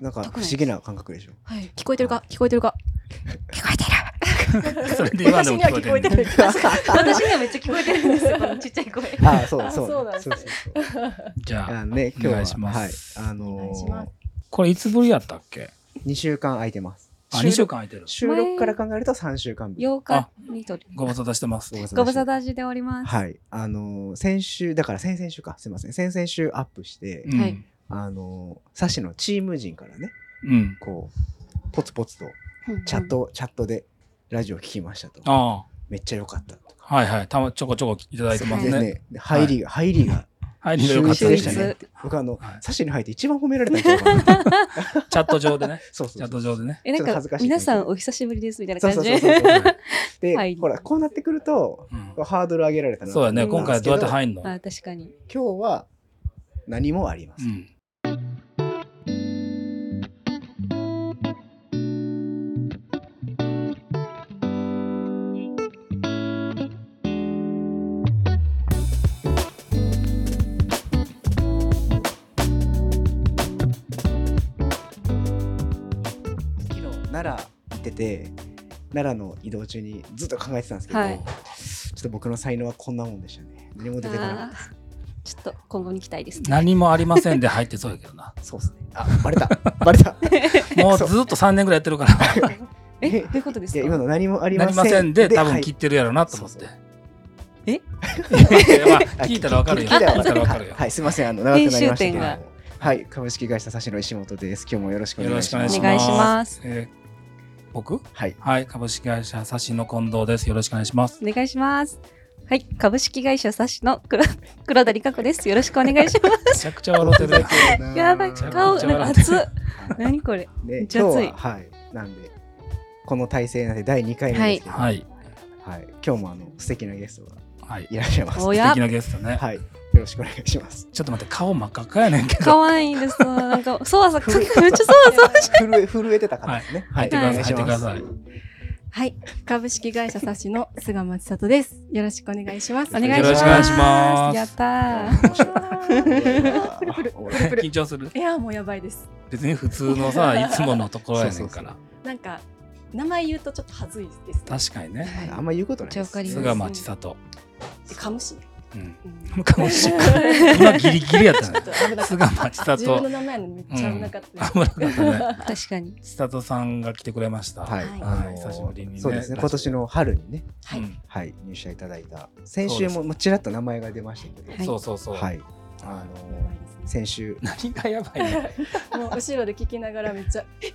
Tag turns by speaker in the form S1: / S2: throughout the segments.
S1: なんか不思議な感覚でしょ。
S2: はい、聞こえてるか聞こえてるか聞こえてる
S3: それで今でも聞こえてるね。
S4: る。 私にはめっちゃ聞こえてるんですよ、このちっちゃい声。
S1: ああ、そう、
S4: あ
S1: そう。
S4: そうなんで
S1: そ
S4: す
S1: うそうそう
S3: じゃ
S1: あ
S3: あ、
S1: ね、今
S3: お願い
S1: 日
S3: し
S1: は、
S3: ます
S1: はい、あ
S4: お願
S1: の
S4: いしま
S1: ー
S4: す、
S3: これいつぶりやったっけ
S1: 2週間空いてます。
S3: あ、
S2: 収録
S3: 2週間空いてる。
S1: 収録から考えると3週間分。
S4: 8日に撮る。
S3: ご無沙汰してます。
S4: ご無沙汰しております。
S1: はい。あのー先週、だから先々週か、すいません。先々週アップして、
S3: うん
S2: はい。
S1: あのー、サシのチーム陣からね、
S3: うん。
S1: こう、ポツポツとチャット、チャットでラジオ聞きましたと。
S3: あ
S1: めっちゃ良かったと。
S3: あ、はいはい。たま、ちょこちょこいただいてます
S1: で
S3: ね。
S1: ね、入りが、入りが、
S3: はい、よかった
S1: 秀
S3: で
S1: 逸
S3: し
S1: で
S3: た
S1: したね
S3: ね。
S1: って。僕あの
S3: は、い
S1: サシに入って一番褒められたんじゃないかな
S3: チャット上 でね。
S1: そうそうそう。
S3: チャット上でね。
S4: え、なん
S1: ちょっと恥
S4: か
S1: ずかしい
S4: 皆さんお久しぶりですみたいな
S1: そう
S4: 感
S1: そう
S4: じ
S1: そう
S4: で。
S1: そうで、
S4: はい
S1: ほらこうなってくると
S3: うん
S1: ハードル上げられたな
S3: そうだね。
S4: うん
S3: 今回はどうやって入んの
S4: あ、確かに。
S1: 今日は何もありま
S3: う
S1: せん、
S3: ん。
S1: 昨日奈良行ってて奈良の移動中にずっと考えてたんですけど、
S4: はい
S1: ちょっと僕の才能はこんなもんでしたね何も出てこなかっ
S4: あーちょっと今後に期 待ですね。
S3: 何もありませんで入ってそうやけどな。
S1: たそうですねあバレた バレ た
S3: もう
S1: そう
S3: ずっと3年ぐらいやってるから、
S4: え、どういうことで
S1: い
S4: す
S1: や今
S4: か
S1: の何もあり
S3: な
S1: ま
S3: り
S1: せん
S3: ませんで多分
S1: はい
S3: 切ってるやろうなと思って。
S4: え
S3: いやまあ聞 いたらわかる よ。
S1: 聞
S3: 聞
S1: いたらわか
S3: いたら
S1: る
S3: わ
S1: は
S3: か
S1: い
S3: るよ。
S1: はいすいませんあの長くなりましたけ
S4: 編集
S1: ど
S4: 点が
S1: はい株式会社サシの石本です今日もよろしくお
S3: よ
S1: 願
S3: ろ
S1: い
S3: し
S1: し
S3: くお願
S1: ま
S3: い
S1: す
S3: し
S4: お願
S3: ま
S4: い
S3: す。
S4: します
S3: えー僕
S1: はい
S3: はい、株式会社サシの近藤です。よろしくお願い します。
S4: お願いします。はい、株式会社サシの黒 黒田理香子です。よろしくお願いしま
S3: めちゃくちゃ笑ってるやん。
S4: す。やばい、顔なんか熱っ。何これ。
S1: で
S4: め
S1: 今
S4: っち
S1: 日
S4: ゃ暑い
S1: は、はい、なんでこの体制なんで第2回目ですけど、
S3: はい、
S1: はい今日もあの素敵なゲストが
S3: はい。
S1: いらっしゃいます。
S4: お
S1: は
S3: 素
S4: や
S3: 敵なゲストね。
S1: い、よろしくお願いします。
S3: ちょっと待って、顔真っ赤っかやねんけど。
S4: 可愛いです。なんか、そ わそわ、めっちゃそわそわ。
S1: 震え震えてた方ですね。
S3: 入ってください。入ってください。
S5: はい、株式会社サシの菅松里です。よろしくお願いします。
S1: お
S5: お
S1: 願
S5: 願
S1: い
S5: い
S1: します
S5: し
S1: よ
S5: ま
S1: ろ
S5: す。
S1: しくお願い
S3: します
S5: やったー。
S1: お願いします
S5: プル
S3: 緊張する。
S5: いやもうやばいです。
S3: 別に普通のさ、いつものところやねんから。
S5: なんか名前言うとちょっと恥ずいです、ね。
S3: 確かにね。
S1: あんま言うことないで
S4: めっちゃわ
S1: す
S4: か。ります
S3: 菅町里。
S5: かむしね。
S3: うん。
S5: うん
S3: かもしれない。今ギリギリやった
S5: ちょっ
S3: ね。
S5: と危なかっ
S3: 菅町
S5: た。自分
S3: 里。
S5: の名前のめっちゃ危なかったです。
S3: 危なかった ね。
S4: 確かに。
S3: 千里さんが来てくれました。
S1: はい、
S5: はい
S1: あの
S3: 久しぶりにね
S1: そうですね。今年の春にね、
S3: う
S5: はい。
S3: ん。
S1: はい、入社いただいた。先週ももうちらっと名前が出ましたけど、
S4: はい
S3: そうそうそう。
S1: はい、あ
S5: やば
S1: の
S5: いです
S1: 先週
S3: 何がやばいね。
S5: ねもう後ろで聞きながらめっちゃえ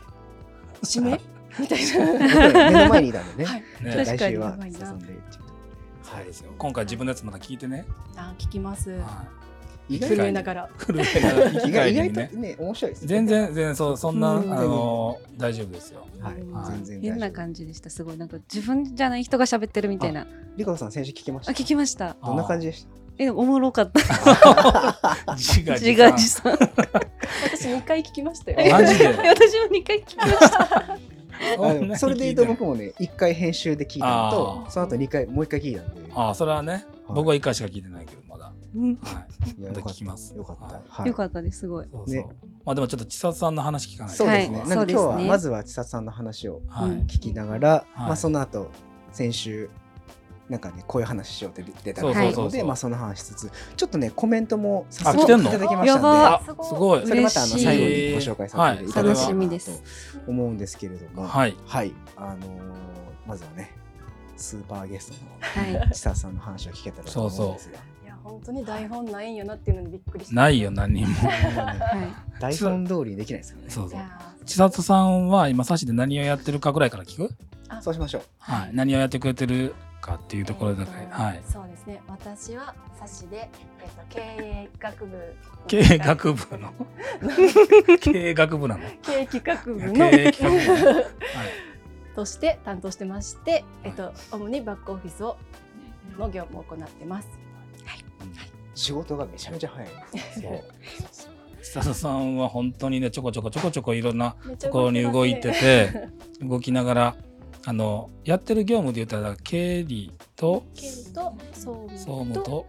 S5: 締めみたいな。
S1: 僕ら目の前にいたんでね、
S5: はい。
S1: じゃあ
S3: ね
S1: 来週は
S5: 確かに
S1: 進んでいっていう
S3: そうですよ。今回自分のやつまだ聞いてね。
S5: あ聞きます。
S3: は
S1: 意外
S3: 外と
S1: と
S5: 震えながら。
S3: い。来る
S1: 意
S3: 以外
S1: 外
S3: にね
S1: と。ね面白いですね
S3: 全然全然そうそんなあ
S5: うん
S3: の大丈夫ですよ。
S1: はい
S3: はい
S1: 全然
S4: 変な感じでした。すごい。なんか自分じゃない人が喋ってるみたいな。
S1: じリコさん先週聞きまし
S4: あ、
S1: た
S4: 聞きました。
S1: どんな感じでした
S4: え、おもろかった。
S3: あー？自画
S4: 自画自
S3: 自
S4: 賛。
S5: 私二回聞きましたよ。
S3: マジで
S4: 私も2回聞きました。
S1: あでも
S3: 賛。
S1: それで言うと僕もね1回編集で聞いたのと
S3: あー
S1: その後2回もう1回聞いたんで
S3: ああそれはね僕は一回しか聞いてないけどまだ。はい
S1: や
S3: また
S1: よかっ
S3: 聞きます
S1: たよかった
S3: は
S1: はい
S4: よかったです。すごい
S3: い。。そうそう
S1: ね。
S3: まあでもちょっと千里さんの話聞かないと。
S1: そうですね
S4: は
S1: ないんか今日
S4: そう
S1: は
S4: ですね
S1: まずは千里さんの話を
S3: はい。
S5: うん
S1: 聞きながら
S3: はい
S1: まあその後先週なんかねこういう話しようって出たの
S4: そうそうそう
S3: そう
S1: でまあその話しつつちょっとねコメントも早
S3: あ
S1: 速
S3: 来てんの
S1: いただきま
S4: やば
S1: し
S4: い
S1: た
S3: あ
S1: ん
S3: す
S1: で
S3: ごい
S1: そ。れまたあの
S4: 嬉しい
S1: 最後にご紹介させていただ
S3: は
S1: き
S3: い
S1: た
S4: 楽しみ
S1: いな
S4: で
S1: と
S4: す
S1: 思うんですけれども
S3: はい。
S1: はい、あのーまずはね、スーパーゲスト
S4: はい。
S1: の千里さんの話を聞けたらと思うんですが、
S5: いや本当に台本ないんよなっていうのにびっくりした。
S3: ないよ何も。
S1: ほんまね
S4: は
S1: 台本通りにできないですよね。
S3: そう
S5: い
S3: そう。
S5: やー。
S3: 千里さんは今サシで何をやってるかぐらいから聞く？
S1: そうしましょう。
S3: はい。何をやってくれてるかっていうところだけ。
S5: えっと
S3: はい。
S5: そうですね。私はサシで、えっと、経営学部の。
S3: 経営学部 の経営学部なの。
S5: 経営企画部
S3: 経
S5: の。
S3: 営企画部はい。
S5: として担当してまして、えっと、主にバックオフィスを。の業務を行ってます。
S1: 仕事がめちゃめちゃ早い。
S3: そう。千里さんは本当にねちょこちょこちょこちょこいろんな
S5: めっち
S3: と
S5: ゃ
S3: ころ
S5: 動き
S3: に
S5: ますね
S3: 動いて。て 動きながらあのやってる業務で言ったら経理と
S5: 経理と総
S3: 総
S5: 務
S3: 務
S5: と。
S3: と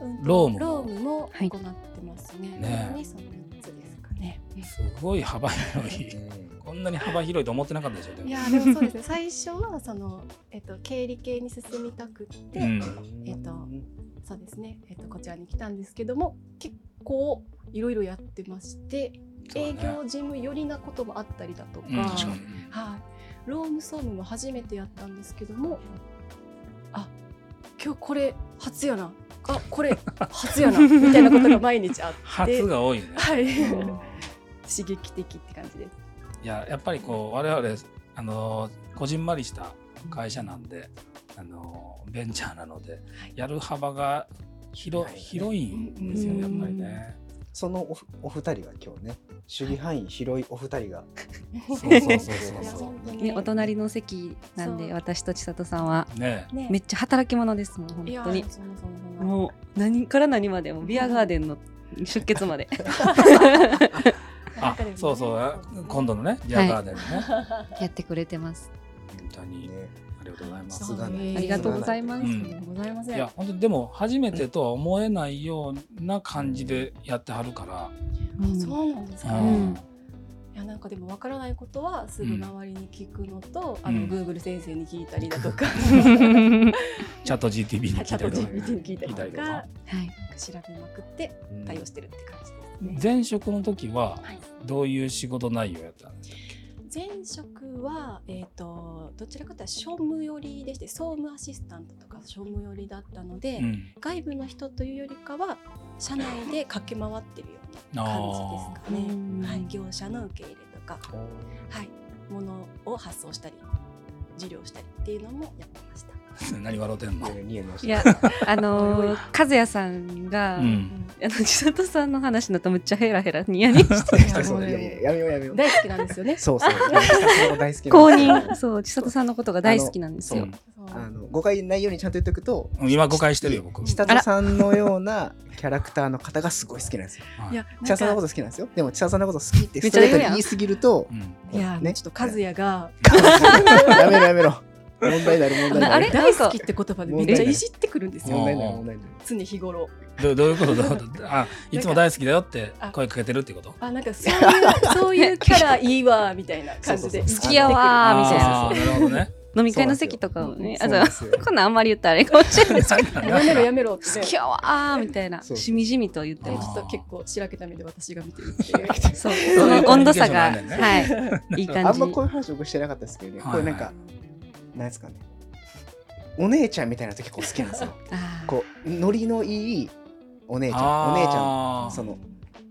S5: うんと
S3: 労務も
S5: 労務も
S4: はい
S5: 行ってますね。
S3: ね
S5: 主にその三つですかね。ね。
S3: すごい幅広い。こんなに幅広いと思ってなかったでしょ。でも
S5: いやーでもそうですね。最初はそのえっと経理系に進みたくって、
S3: うん
S5: えっとそうですね。えっとこちらに来たんですけども、結構いろいろやってまして、
S3: そう
S5: 営
S3: だね
S5: 業事務寄りなこともあったりだとか、
S3: うん、確か
S5: はい、
S3: に。
S5: ローム総務も初めてやったんですけども、あ、今日これ初やな。あ、これ初 やなみたいなことが毎日あって、
S3: 初が多いね。
S5: はい、
S3: うん
S5: 刺激的って感じです。
S3: いや、やっぱりこう、我々、あのー、こじんまりした会社なんで、あのー、ベンチャーなので、やる幅が広広いんですよね、やっぱりね。
S1: そのおふお二人は今日ね守備範囲広いお二人が
S3: そうそうそうそう
S5: いや
S3: そ
S5: 本当に
S4: ね、お隣の席なん
S5: そ
S4: で
S5: う
S4: 私と千里さんは
S3: う。ね
S5: ね
S4: めっちゃ働き者ですもん本
S5: いや
S4: 当に
S5: そんなそんなそんな
S4: もう何から何までもビアガーデンの出血まで
S3: あ、そうそうあ、今度のね、ビアガーデンのね、
S4: やってくれてます
S3: 本当に
S1: ね
S3: ありがとうございます。
S5: そう
S1: ね
S4: ありがとうございます、
S3: うん
S5: ございません。
S3: いや本当にでも初めてとは思えないような感じでやってはるから、
S4: うん
S5: そうなんですか、
S3: う
S5: ね
S3: ん
S5: いやなんかでもわからないことはすぐ周りに聞くのと、
S3: ん
S5: あ
S3: うん
S5: の Google 先生に聞いたりだとか、
S3: チャット GTB に聞
S5: チャ
S3: いた
S5: ッ
S3: り
S5: ト
S3: とか
S5: GPT に聞いたりと
S3: 聞い
S5: か
S3: た
S4: はい、
S5: 調べまくって対応してるって感じですね。
S3: 前職の時は
S5: はい
S3: どういう仕事内容やったんですか
S5: 前職は、えー、とどちらかというと商務寄りでして総務アシスタントとか商務寄りだったので、
S3: うん
S5: 外部の人というよりかは社内で駆け回ってるような感
S3: あ
S5: じですか
S4: うん
S5: ね。はい、業者の受け入れとか、はい、物を発送したり事業したりっていうのもやってました。
S3: ー何笑うてんの、
S1: 見えまし
S4: い
S1: た
S4: やあのー、和也さんが、
S3: うん、
S4: あの千里さんの話だとむっちゃヘラヘラニヤニヤして
S5: いや
S1: そうそう
S5: もう
S1: いやいややめようやめよう。
S5: 大好きなんですよね
S1: そうそう私も大好き
S4: 公
S1: なんで
S4: 認
S1: す
S4: そう千里さんのことが大好きなんです
S1: そ
S4: よ
S1: うあの誤解ないようにちゃんと言っておくと
S3: うん今誤解してるよ僕
S1: 千里さんのようなキャラクターの方がすごい好きなんですよ
S3: はい
S5: いや、
S1: 千里さんのこと好きなんですよでも千里さんのこと好きってストレートに言いすぎると
S3: うん
S5: いや、
S1: ね
S5: ちょっと和也が、
S1: やめろやめろ問題だろ問題だろ
S4: あれ
S5: 大好きって言葉でめっちゃいじってくるんです
S1: 問
S5: よ。
S1: 題だよ問題だよ
S5: 常日頃。
S3: どどういうことどういうことあいつも大好きだよって声かけてるってこと
S5: あ、な んかそういう、そういうキャラいいわ、みたいな感じ
S1: そ
S5: で。
S1: うそうそう
S4: 好きやわーみたいな
S3: あーなるほどね
S4: 飲み会の席とかをね
S1: そ
S4: あ
S1: うなん
S4: と
S1: ですよ
S4: こんなんあんまり言ったらあれかもしれないですけど
S5: やめろやめろって。
S4: 好きやわーみたいな
S1: そう
S4: しみじみと言って
S5: で
S4: る
S5: ちょっと結構しらけた目で私が見てるっていう。
S4: そう
S3: う
S4: その温度差が、
S3: コミュニケーションが
S4: はいいい
S1: あ
S4: 感
S1: ん
S4: じ
S1: まこういう話僕してなかったですけどね、
S3: はい
S1: これなんか、なんですかね、お姉ちゃんみたいな時こう好きなんですよ。
S4: あー
S1: こう、ノリのいいお姉ちゃん、お姉ちゃん、
S3: あー
S1: その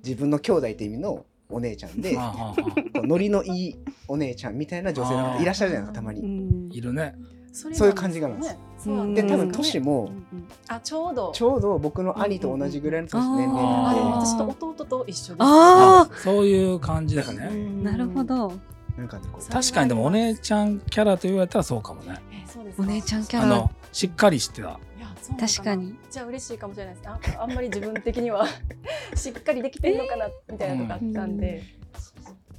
S1: 自分の兄弟って意味のお姉ちゃんで、
S3: はあ
S1: こ
S3: はあはあ
S1: うノリのいいお姉ちゃんみたいな女性の
S3: あ
S1: 方
S3: ー
S1: いらっしゃるじゃないですか、たま
S4: う
S1: に。
S4: ん
S3: いるね
S5: それなんです ね
S1: そういう感じがあるんですよ。
S5: そうなん
S1: で、
S5: す
S1: 多
S5: よ
S1: 分
S5: ね
S1: 年
S5: う
S1: も、
S5: んうんあ、ちょうど。
S1: ちょうど僕の兄と同じぐらいの年
S4: うんうん
S1: 年
S4: うん
S5: あ、でも
S1: 齢
S5: 私と弟と一緒です。
S4: あ
S3: そういう感じだからね
S4: ーなるほ。ど
S1: で、なんかね、こう、
S3: 確かにでもお姉ちゃんキャラと言われたらそうかもね
S5: えそうです
S4: お姉ちゃんキャ
S3: あ
S4: ラ
S3: のしっかりしてた
S5: いやそうなの
S4: 確かに
S5: じゃあ嬉しいかもしれないですああんまり自分的には しっかりできてんのかなみたいなとこあったんで、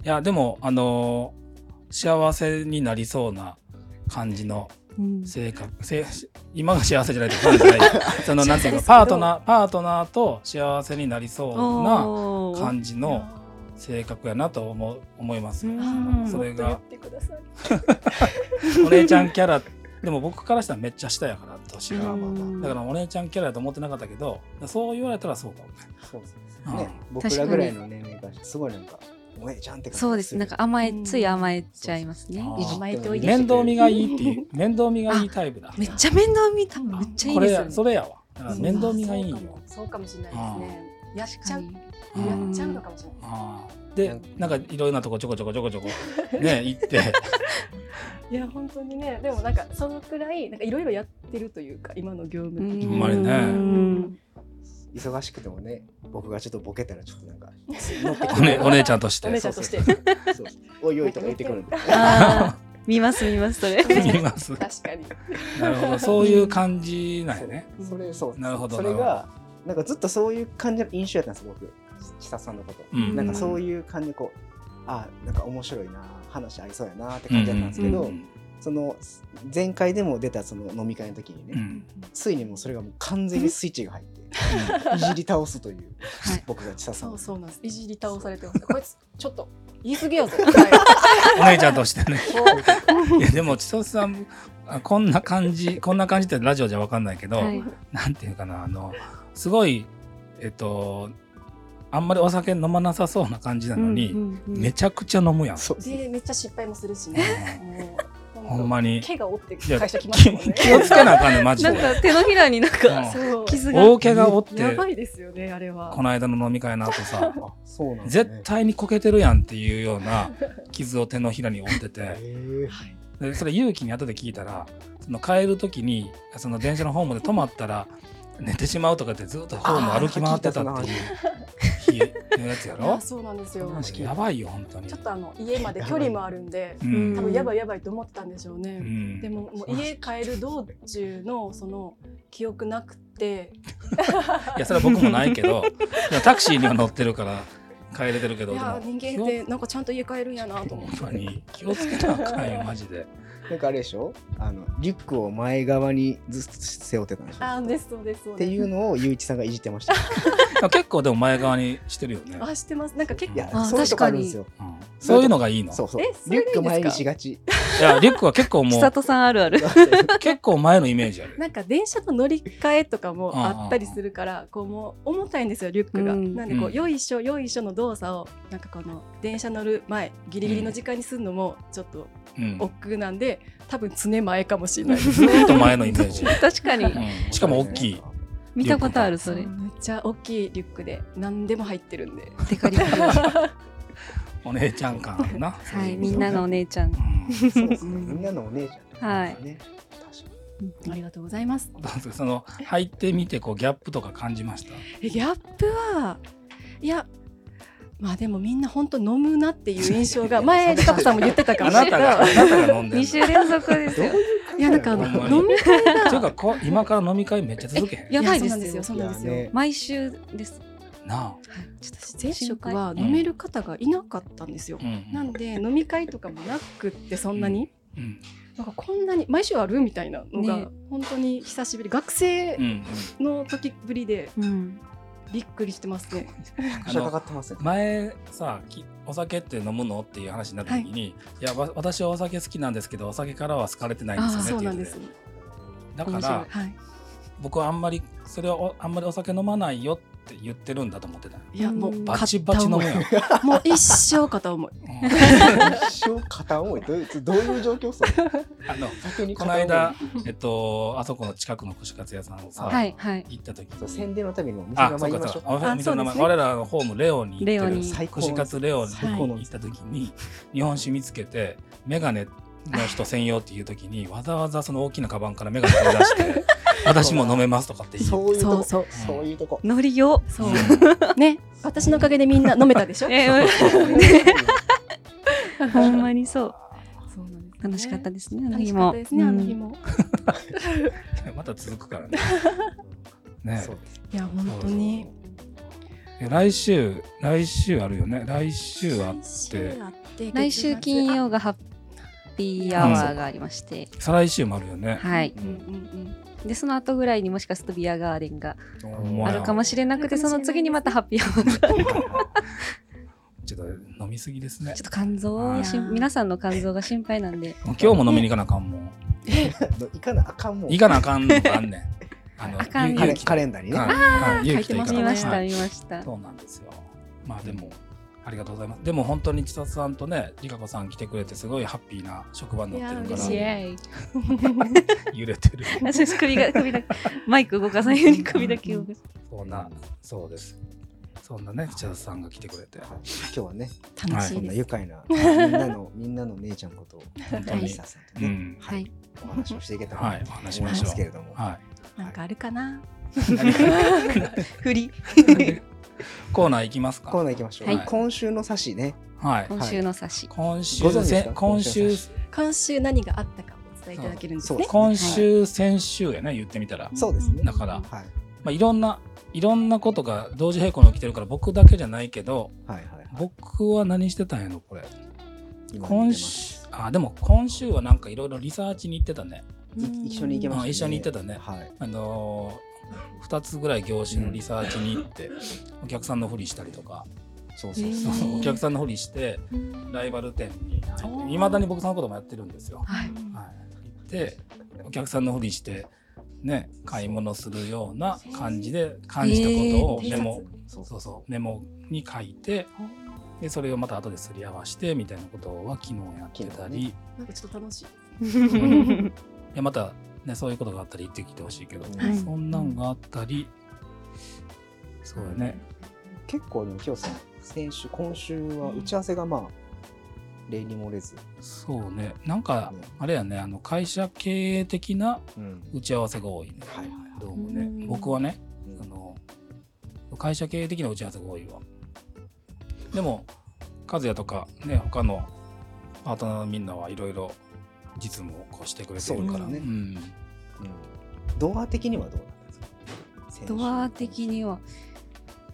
S3: いやでもあのー幸せになりそうな感じの
S4: うん
S3: 性格せ今が幸せじゃないとかじゃない そのなんていうかパートナーパートナーと幸せになりそうな
S4: おー
S3: 感じ
S5: い
S3: の
S5: や
S3: 性格やなと思う思います、
S4: うん
S3: それ
S5: もっとや
S3: が
S5: ってください
S3: お姉ちゃんキャラでも僕からしたらめっちゃ下やから年
S1: まあ
S3: が
S1: まあまあ
S3: だからお姉ちゃんキャラだと思ってなかったけどそう言われたらそうかもね
S1: そうですね
S3: うん
S1: ね。僕らぐらいの年齢からして、すごいなんか、お姉ちゃんって感じ
S4: そうですなんか甘え
S5: うん
S4: つい甘えちゃいますね
S3: あー
S4: いじ
S5: 甘えておいで
S3: 面倒見がいいっていう面倒見がいいタイプだ
S4: めっちゃ面倒見た めっちゃいいですよ
S3: これ
S4: ね
S3: それやわだから
S5: うん
S3: 面倒見がいいよ
S5: そうかもそうかもしれないですねやっちゃう
S4: 確か
S3: う
S5: や
S3: ん
S5: っちゃうのかもしれない
S3: あーでなんかいろんなとこちょこちょこちょこちょこね行って
S5: いや本当にねでもなんかそのくらいなんかいろいろやってるというか今の業務的
S4: に
S5: に
S3: ほんまにね
S4: うん
S1: 忙しくてもね、僕がちょっとボケたら、ちょっとなんか、乗って
S3: お,、ね、お姉ちゃんとし
S5: お
S3: て
S5: 姉ちゃんとして
S1: そうそうそうおいおいとか言ってくるんで。
S4: あー見ます見ますそれ
S5: ん
S3: 見ます
S5: 確かに
S3: なるほどそういう感じなんやね
S1: そうそれそう
S3: なるほど
S1: それがなんかずっとそういう感じの印象やったんです僕千佐さんのこと、
S3: うん
S1: なんかそういう感じでこうあなんか面白いな話ありそうやなって感じだったんですけど、
S3: うん
S1: その前回でも出たその飲み会の時にね、
S3: うん
S1: ついにもうそれがもう完全にスイッチが入っていじり倒すという、
S4: はい
S1: 僕が千佐さん
S5: そ
S1: を
S5: うそうなんです。いじり倒されてます。こいつちょっと言い過 ぎやぞ。は
S3: お姉ちゃんとしてね。
S5: い、もう
S3: いやでも千歳さんあこんな感じこんな感じってラジオじゃわかんないけど、
S4: はい
S3: なんていうかなあのすごいえっとあんまりお酒飲まなさそうな感じなのに、
S4: うんうんうん
S3: めちゃくちゃ飲むやん。
S1: そう
S5: でめっちゃ失敗もするしね。もう
S3: ほんまに
S5: 毛が折って
S3: いや
S5: 会社来まし
S3: 気
S5: たもんね。
S3: 気をつけなあかんねマジ
S4: なん
S3: で。
S4: か手のひらになんか
S5: そう
S4: 傷が。
S3: 大怪我負っ
S5: や
S3: て
S5: ばいですよねあれは。
S3: この間の飲み会の後さ
S1: あそうなんですね
S3: 絶対にこけてるやんっていうような傷を手のひらに負ってて。
S1: へえ
S5: はい
S3: でそれ勇気に後で聞いたらその帰る時にその電車のホームで止まったら寝てしまうとかってずっとホーム歩き回ってたっていう日のやつや
S5: いや
S3: ろ
S5: そうなんですよ。
S3: やばいよ本当に
S5: ちょっとあの家まで距離もあるんで、
S3: う
S4: うん
S5: 多分やばいやばいと思ってたんでしょうね。
S3: うん
S5: でももう家帰る道中のその記憶なくて
S3: いやそれは僕もないけ どでもタクシーには乗ってるから帰れてるけど
S5: い
S3: で
S5: や
S3: も
S5: ー人間ってなんかちゃんと家帰るんやなと思って
S3: ほんまに気をつけなあかん よマジで
S1: なんかあれでしょあのリュックを前側にずっと背負ってたんでしょ
S5: あーですそうですそう
S1: っ
S5: で
S1: て
S5: す
S1: いうのをゆういちさんがいじってました。い
S3: 結構でも前側にしてるよね、
S5: あしてますなんか結構
S1: や
S4: あ、
S1: そういうとこあるんですよ。
S3: うんそういうのがいいの
S1: そうそう
S5: え。そ
S1: リュ
S5: れ
S1: ッ
S5: がいいんで
S1: ク前に
S5: すか
S1: しがち。
S3: いやリュックは結構 も
S4: 千
S3: う
S4: 里さんある ある。
S3: 結構前のイメージある
S5: なんか電車の乗り換えとかも
S3: うんうんうん
S5: あったりするからこうもう重たいんですよリュックが。
S4: うん
S5: なんでこ
S3: う
S5: うんよいしょよいしょの動作をなんかこの電車乗る前ギリギリの時間にするのもちょっと
S3: うん
S5: 億劫なんで多分常前かもしれない です
S3: ずーっと前のイメージ
S4: 確かに
S3: うんしかも大きい。
S4: 見たことあるそれ。
S5: めっちゃ大きいリュックで何でも入ってるんで。
S4: テカリカリは。
S3: お姉ちゃん感ある な。
S4: はい、みんなのお姉ちゃん。
S3: うん
S1: そうですね。みんなのお姉ちゃん。
S4: はい
S1: ね。確か
S5: ありがとうございます。
S3: どうですかその入ってみてこうギャップとか感じました。
S5: えギャップはいやまあでもみんな本当飲むなっていう 印象が前りかこさんも言ってたか
S3: あ
S5: も
S3: な
S5: しれ
S3: た
S5: な
S3: があ
S5: い。
S3: なたが飲んでる。
S4: 二週連続ですよ。
S1: に。
S5: いやなんかあ
S3: ほんま
S5: の
S3: に
S5: 飲み会が
S3: というかこう今から飲み会めっちゃ続けへん。
S4: やばいで
S5: そうなんです
S4: よ
S5: すよ。そうなんですよ。
S1: いやね
S4: 毎週です。
S3: なあ。
S5: ちょっと前職は飲める方がいなかったんですよ
S3: う。ん
S5: なんで飲み会とかもなくってそんなに、
S3: うん
S5: なんかこんなに毎週あるみたいなの
S4: ね
S5: が本当に久しぶり、学
S3: うんう
S5: 生
S3: ん。
S5: の時ぶりで
S4: うん。
S5: びっくりしてますね。
S1: 拍車かかって ますね。
S3: 前さきお酒って飲むのっていう話になった時に、い、やわ私はお酒好きなんですけどお酒からは好かれてないんですよね
S5: そ
S3: っ
S5: う
S3: て
S5: な
S3: 言
S5: ん
S3: って
S5: で
S3: て
S5: す。
S3: だか
S4: 面白
S3: ら
S4: い
S5: はい。
S3: 僕はあんまりそれはおあんまりお酒飲まないよって言ってるんだと思ってた
S5: いやも
S4: うん
S5: う
S3: バチバチ飲む
S5: 片
S3: やん、うん
S5: 思いもう一生片思い。
S1: 一生片思い。どういうどういう状況それ。
S3: あの
S1: 本当に
S3: こ
S1: 片
S3: の
S1: 思い
S3: 間。えっとあそこの近くの串カツ屋さんをさ、
S4: はいはい。
S3: 行った時
S1: そう
S3: に
S1: 宣伝のためにもお店の
S3: あ
S1: 名
S3: そ
S1: 前言
S3: う
S1: い
S3: か
S1: まし
S3: そ
S1: ょ
S3: う
S1: う。
S3: かお店の名前、
S5: あそうですね
S3: 我らのホームレオに
S4: レ
S3: 行
S4: オ
S3: って
S4: に
S3: る
S1: 最高
S3: 串カツレオに
S1: 最高の
S3: 行った時に日本酒見つけてメガネの人専用っていう時にわざわざその大きなカバンからメガネ取り出して私も飲めますとかって言う
S1: そういうと
S5: そう
S1: こ。
S5: そう。
S1: そういうとこ。
S4: ノリよ。
S5: そう。ね、私のおかげでみんな飲めた でしょ。
S4: え、うんほんまにそう。
S5: そうなんですね
S4: 楽しかったですね。あの
S5: 楽
S4: 日
S5: しかっ
S4: も。
S5: たですね、あの日
S4: うん
S5: も。
S3: また続くからねね
S1: そうです
S5: いや、本当に。
S3: え来週来週あるよね来週は
S5: 週あって
S4: 来週金。曜がハッピーアワーがありまして。
S3: 再来週もあるよね
S4: はい。
S5: うんうんうん。
S4: でその後ぐらいにもしかするとビアガーデンが
S3: ほんま
S4: あ
S3: や
S4: るかもしれなくて
S5: あるか
S4: そ
S5: もしれない
S4: の次にまたハッピーアワーが
S3: ちょっと飲みすぎですね
S4: ちょっと肝臓をし
S5: いやー
S4: 皆さんの肝臓が心配なんで
S3: もう今日も飲みに行かなあかんもん
S1: いかなあかんもん。
S3: 行かなあかんのがあんねんあの
S4: あかん
S3: ゆ
S1: カレ
S3: ゆうき
S1: カレンダーにね。
S3: はい勇気と
S5: 書いてました
S4: 見ました
S3: はい
S5: ね
S4: 見ました
S3: そうなんですよまあでもありがとうございますでも本当に千里さんとねりかこさん来てくれてすごいハッピーな職場になってるか
S5: いや
S3: ら
S4: エーイ
S3: 揺れてる
S4: あそうです首が首だけマイク動かさないように首だけ動かす
S3: そんなそうですそんなね千里さんが来てくれて
S1: 今日はね、
S5: 楽し
S1: そ
S5: い
S1: んな
S5: です。
S1: 愉快なみんなの みんなの姉ちゃんこと
S3: 本当
S1: リ
S3: に
S1: サさんと
S3: う
S1: ね、
S3: ん
S1: はい、お話をしていけたら
S3: は
S1: ないと
S3: お話し
S1: 思い
S3: ま
S1: ま
S3: しょ
S1: すけれ
S3: う
S1: ども、
S3: はい
S5: なんかあるかな。
S4: 振り
S3: コーナー行きます
S1: コー
S3: か
S1: ナー行きましょう。
S3: はい
S1: 今週の差しね、
S3: はい
S4: 今週の差し
S3: 今週
S1: ご存知です
S3: せ
S1: か
S3: ん今
S1: 今週
S3: 週
S1: の差し
S5: 今週何があったかお伝えいただけるんです
S1: そう
S5: ね。
S3: 今週先週やね言ってみたら
S1: そうですね
S3: だから
S1: はい
S3: まあいろんないろんなことが同時並行に起きてるから僕だけじゃないけど
S1: はいはいはい。
S3: 僕は何してたんやろこれ
S1: 今見
S3: 今
S1: てます
S3: 週あでも今週はなんかいろいろリサーチに行ってたね
S1: い一緒に行けました、
S3: うん一緒に行ってたね
S1: はい。
S3: あのー2つぐらい業種のリサーチに行ってお客さんのふりしたりとか
S1: そうそう
S5: へ
S1: そう。
S5: ー
S3: お客さんのふりしてライバル店に
S5: おー
S3: いまだに僕そのこともやってるんですよ。
S2: はい
S3: はい、行ってお客さんのふりして、ね、買い物するような感じで感じたことを
S5: え
S3: メ
S5: ー
S3: モ、
S1: そう
S3: そうそうメモに書いてでそれをまた後ですり合わせてみたいなことは昨日やってたり、
S5: なんかちょっと楽しい。
S3: うんいやまた、ね、そういうことがあったら言ってきてほしいけど、
S1: はい
S3: そんなんがあったりそうだね
S1: 結構でも、きよさん、先週、今週は打ち合わせがまあ、例に漏れず。
S3: そうねなんか
S1: ね
S3: あれやねあの会社経営的な
S1: うん
S3: 打ち合わせが多いね
S1: はいはい
S3: どうもね
S5: うん
S3: 僕はね
S1: うん
S3: あの会社経営的な打ち合わせが多いわでも和也とかね他のパートナーのみんなはいろいろ実務をこうしてくれてるから
S1: そうですね
S3: ん
S1: うんドア的にはどうだったんですか先週
S4: ド ア的には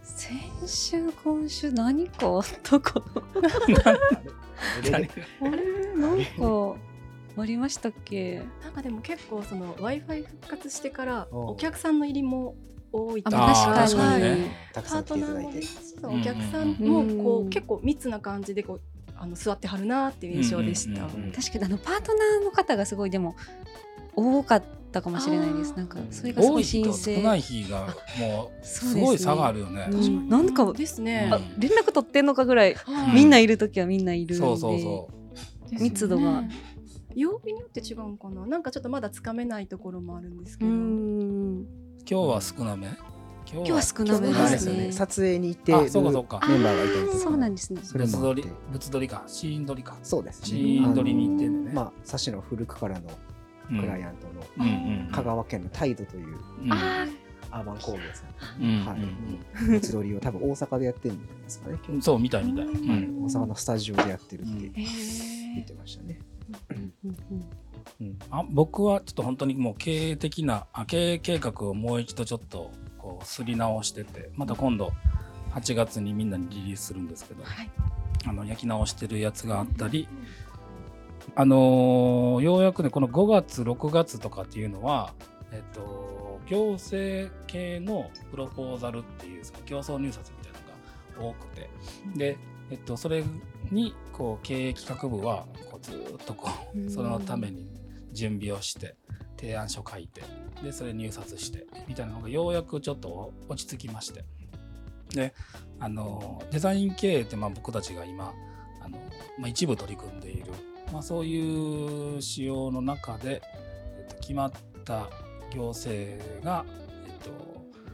S4: 先週今週何かあったかな
S1: あれ
S4: あれなんかありましたっけ
S5: なんかでも結構その Wi-Fi 復活してから
S1: うん
S5: お客さんの入りも多いと
S4: あ
S5: いう
S4: まあ
S3: あ
S4: 確
S3: ー
S4: か
S3: 確か
S4: に
S3: に
S4: ね
S3: ね
S1: たく
S5: パ
S1: さ
S5: ー
S1: ん来
S5: ト
S1: てい
S5: ナ
S1: ただい
S5: ーも
S1: て
S5: ね、そう
S3: うんうん
S5: お客さんもこ
S4: う
S5: うん結構密な感じでこうあの座ってはるなっていう印象でした。
S3: うんうんうんうん
S4: 確かにあのパートナーの方がすごいでも多かったかもしれないです
S5: あー
S4: なんかそれがす
S3: 多
S4: ご
S3: い
S4: い
S3: 日
S4: 新
S3: と
S4: 鮮
S3: 少ない日が
S4: そ
S3: もう
S4: うです
S3: す
S4: ね
S3: ごい差があるよね。
S4: うんなんか
S5: ですね。
S4: あ連絡取ってんのかぐらい、
S5: はい
S4: みんないる時はみんないるんで
S3: そうそうそう。
S5: ですね
S4: 密度が。
S5: 曜日によって違うんかな。なんかちょっとまだつかめないところもあるんですけ
S4: う
S5: ど。
S4: ん
S3: 今日は少なめ。今
S4: 今日は少なめ
S5: 今
S4: で
S5: 日は
S1: あれですすよ
S4: ね
S1: ね撮影に行ってるメ
S3: あそうかそう
S1: ン
S3: か
S1: バーがいたりとか
S4: そうなんですね
S1: それ
S3: 物
S1: もあっ
S3: 撮り
S1: て、
S3: 物撮りか、シーン撮りか。
S1: そうですね
S3: シーン撮りに行って
S1: あ
S3: んだよ
S1: の
S3: ね。
S1: まあサシの古くからの
S3: う
S1: クライ
S3: ん
S1: アントの
S3: うんうん。
S1: 香川県の態度という
S3: うん
S2: あ
S1: アーバン工業さ
S3: うん
S1: はい
S3: うん
S1: んの自撮りを多分大阪でやってるんじゃないですかね
S3: うんそうみたいみたい。う
S1: はい
S3: ん
S1: 大阪のスタジオでやってるって
S3: うん
S1: 言ってましたね
S4: うんうん
S3: あ僕はちょっと本当にもう経営的なあ経営計画をもう一度ちょっとこうすり直しててまた今度8月にみんなにリリースするんですけど、
S5: はい
S3: あの焼き直してるやつがあったり、あのーようやくねこの5月6月とかっていうのは、えっと、行政系のプロポーザルっていうその競争入札みたいなのが多くてで、えっと、それにこう経営企画部はこうずーっとこ
S4: う
S3: うんそのために準備をして提案書書いてでそれ入札してみたいなのがようやくちょっと落ち着きましてであのデザイン経営ってまあ僕たちが今あの、まあ、一部取り組んでいる、まあ、そういう仕様の中で、えっと、決まった行政が、えっとえー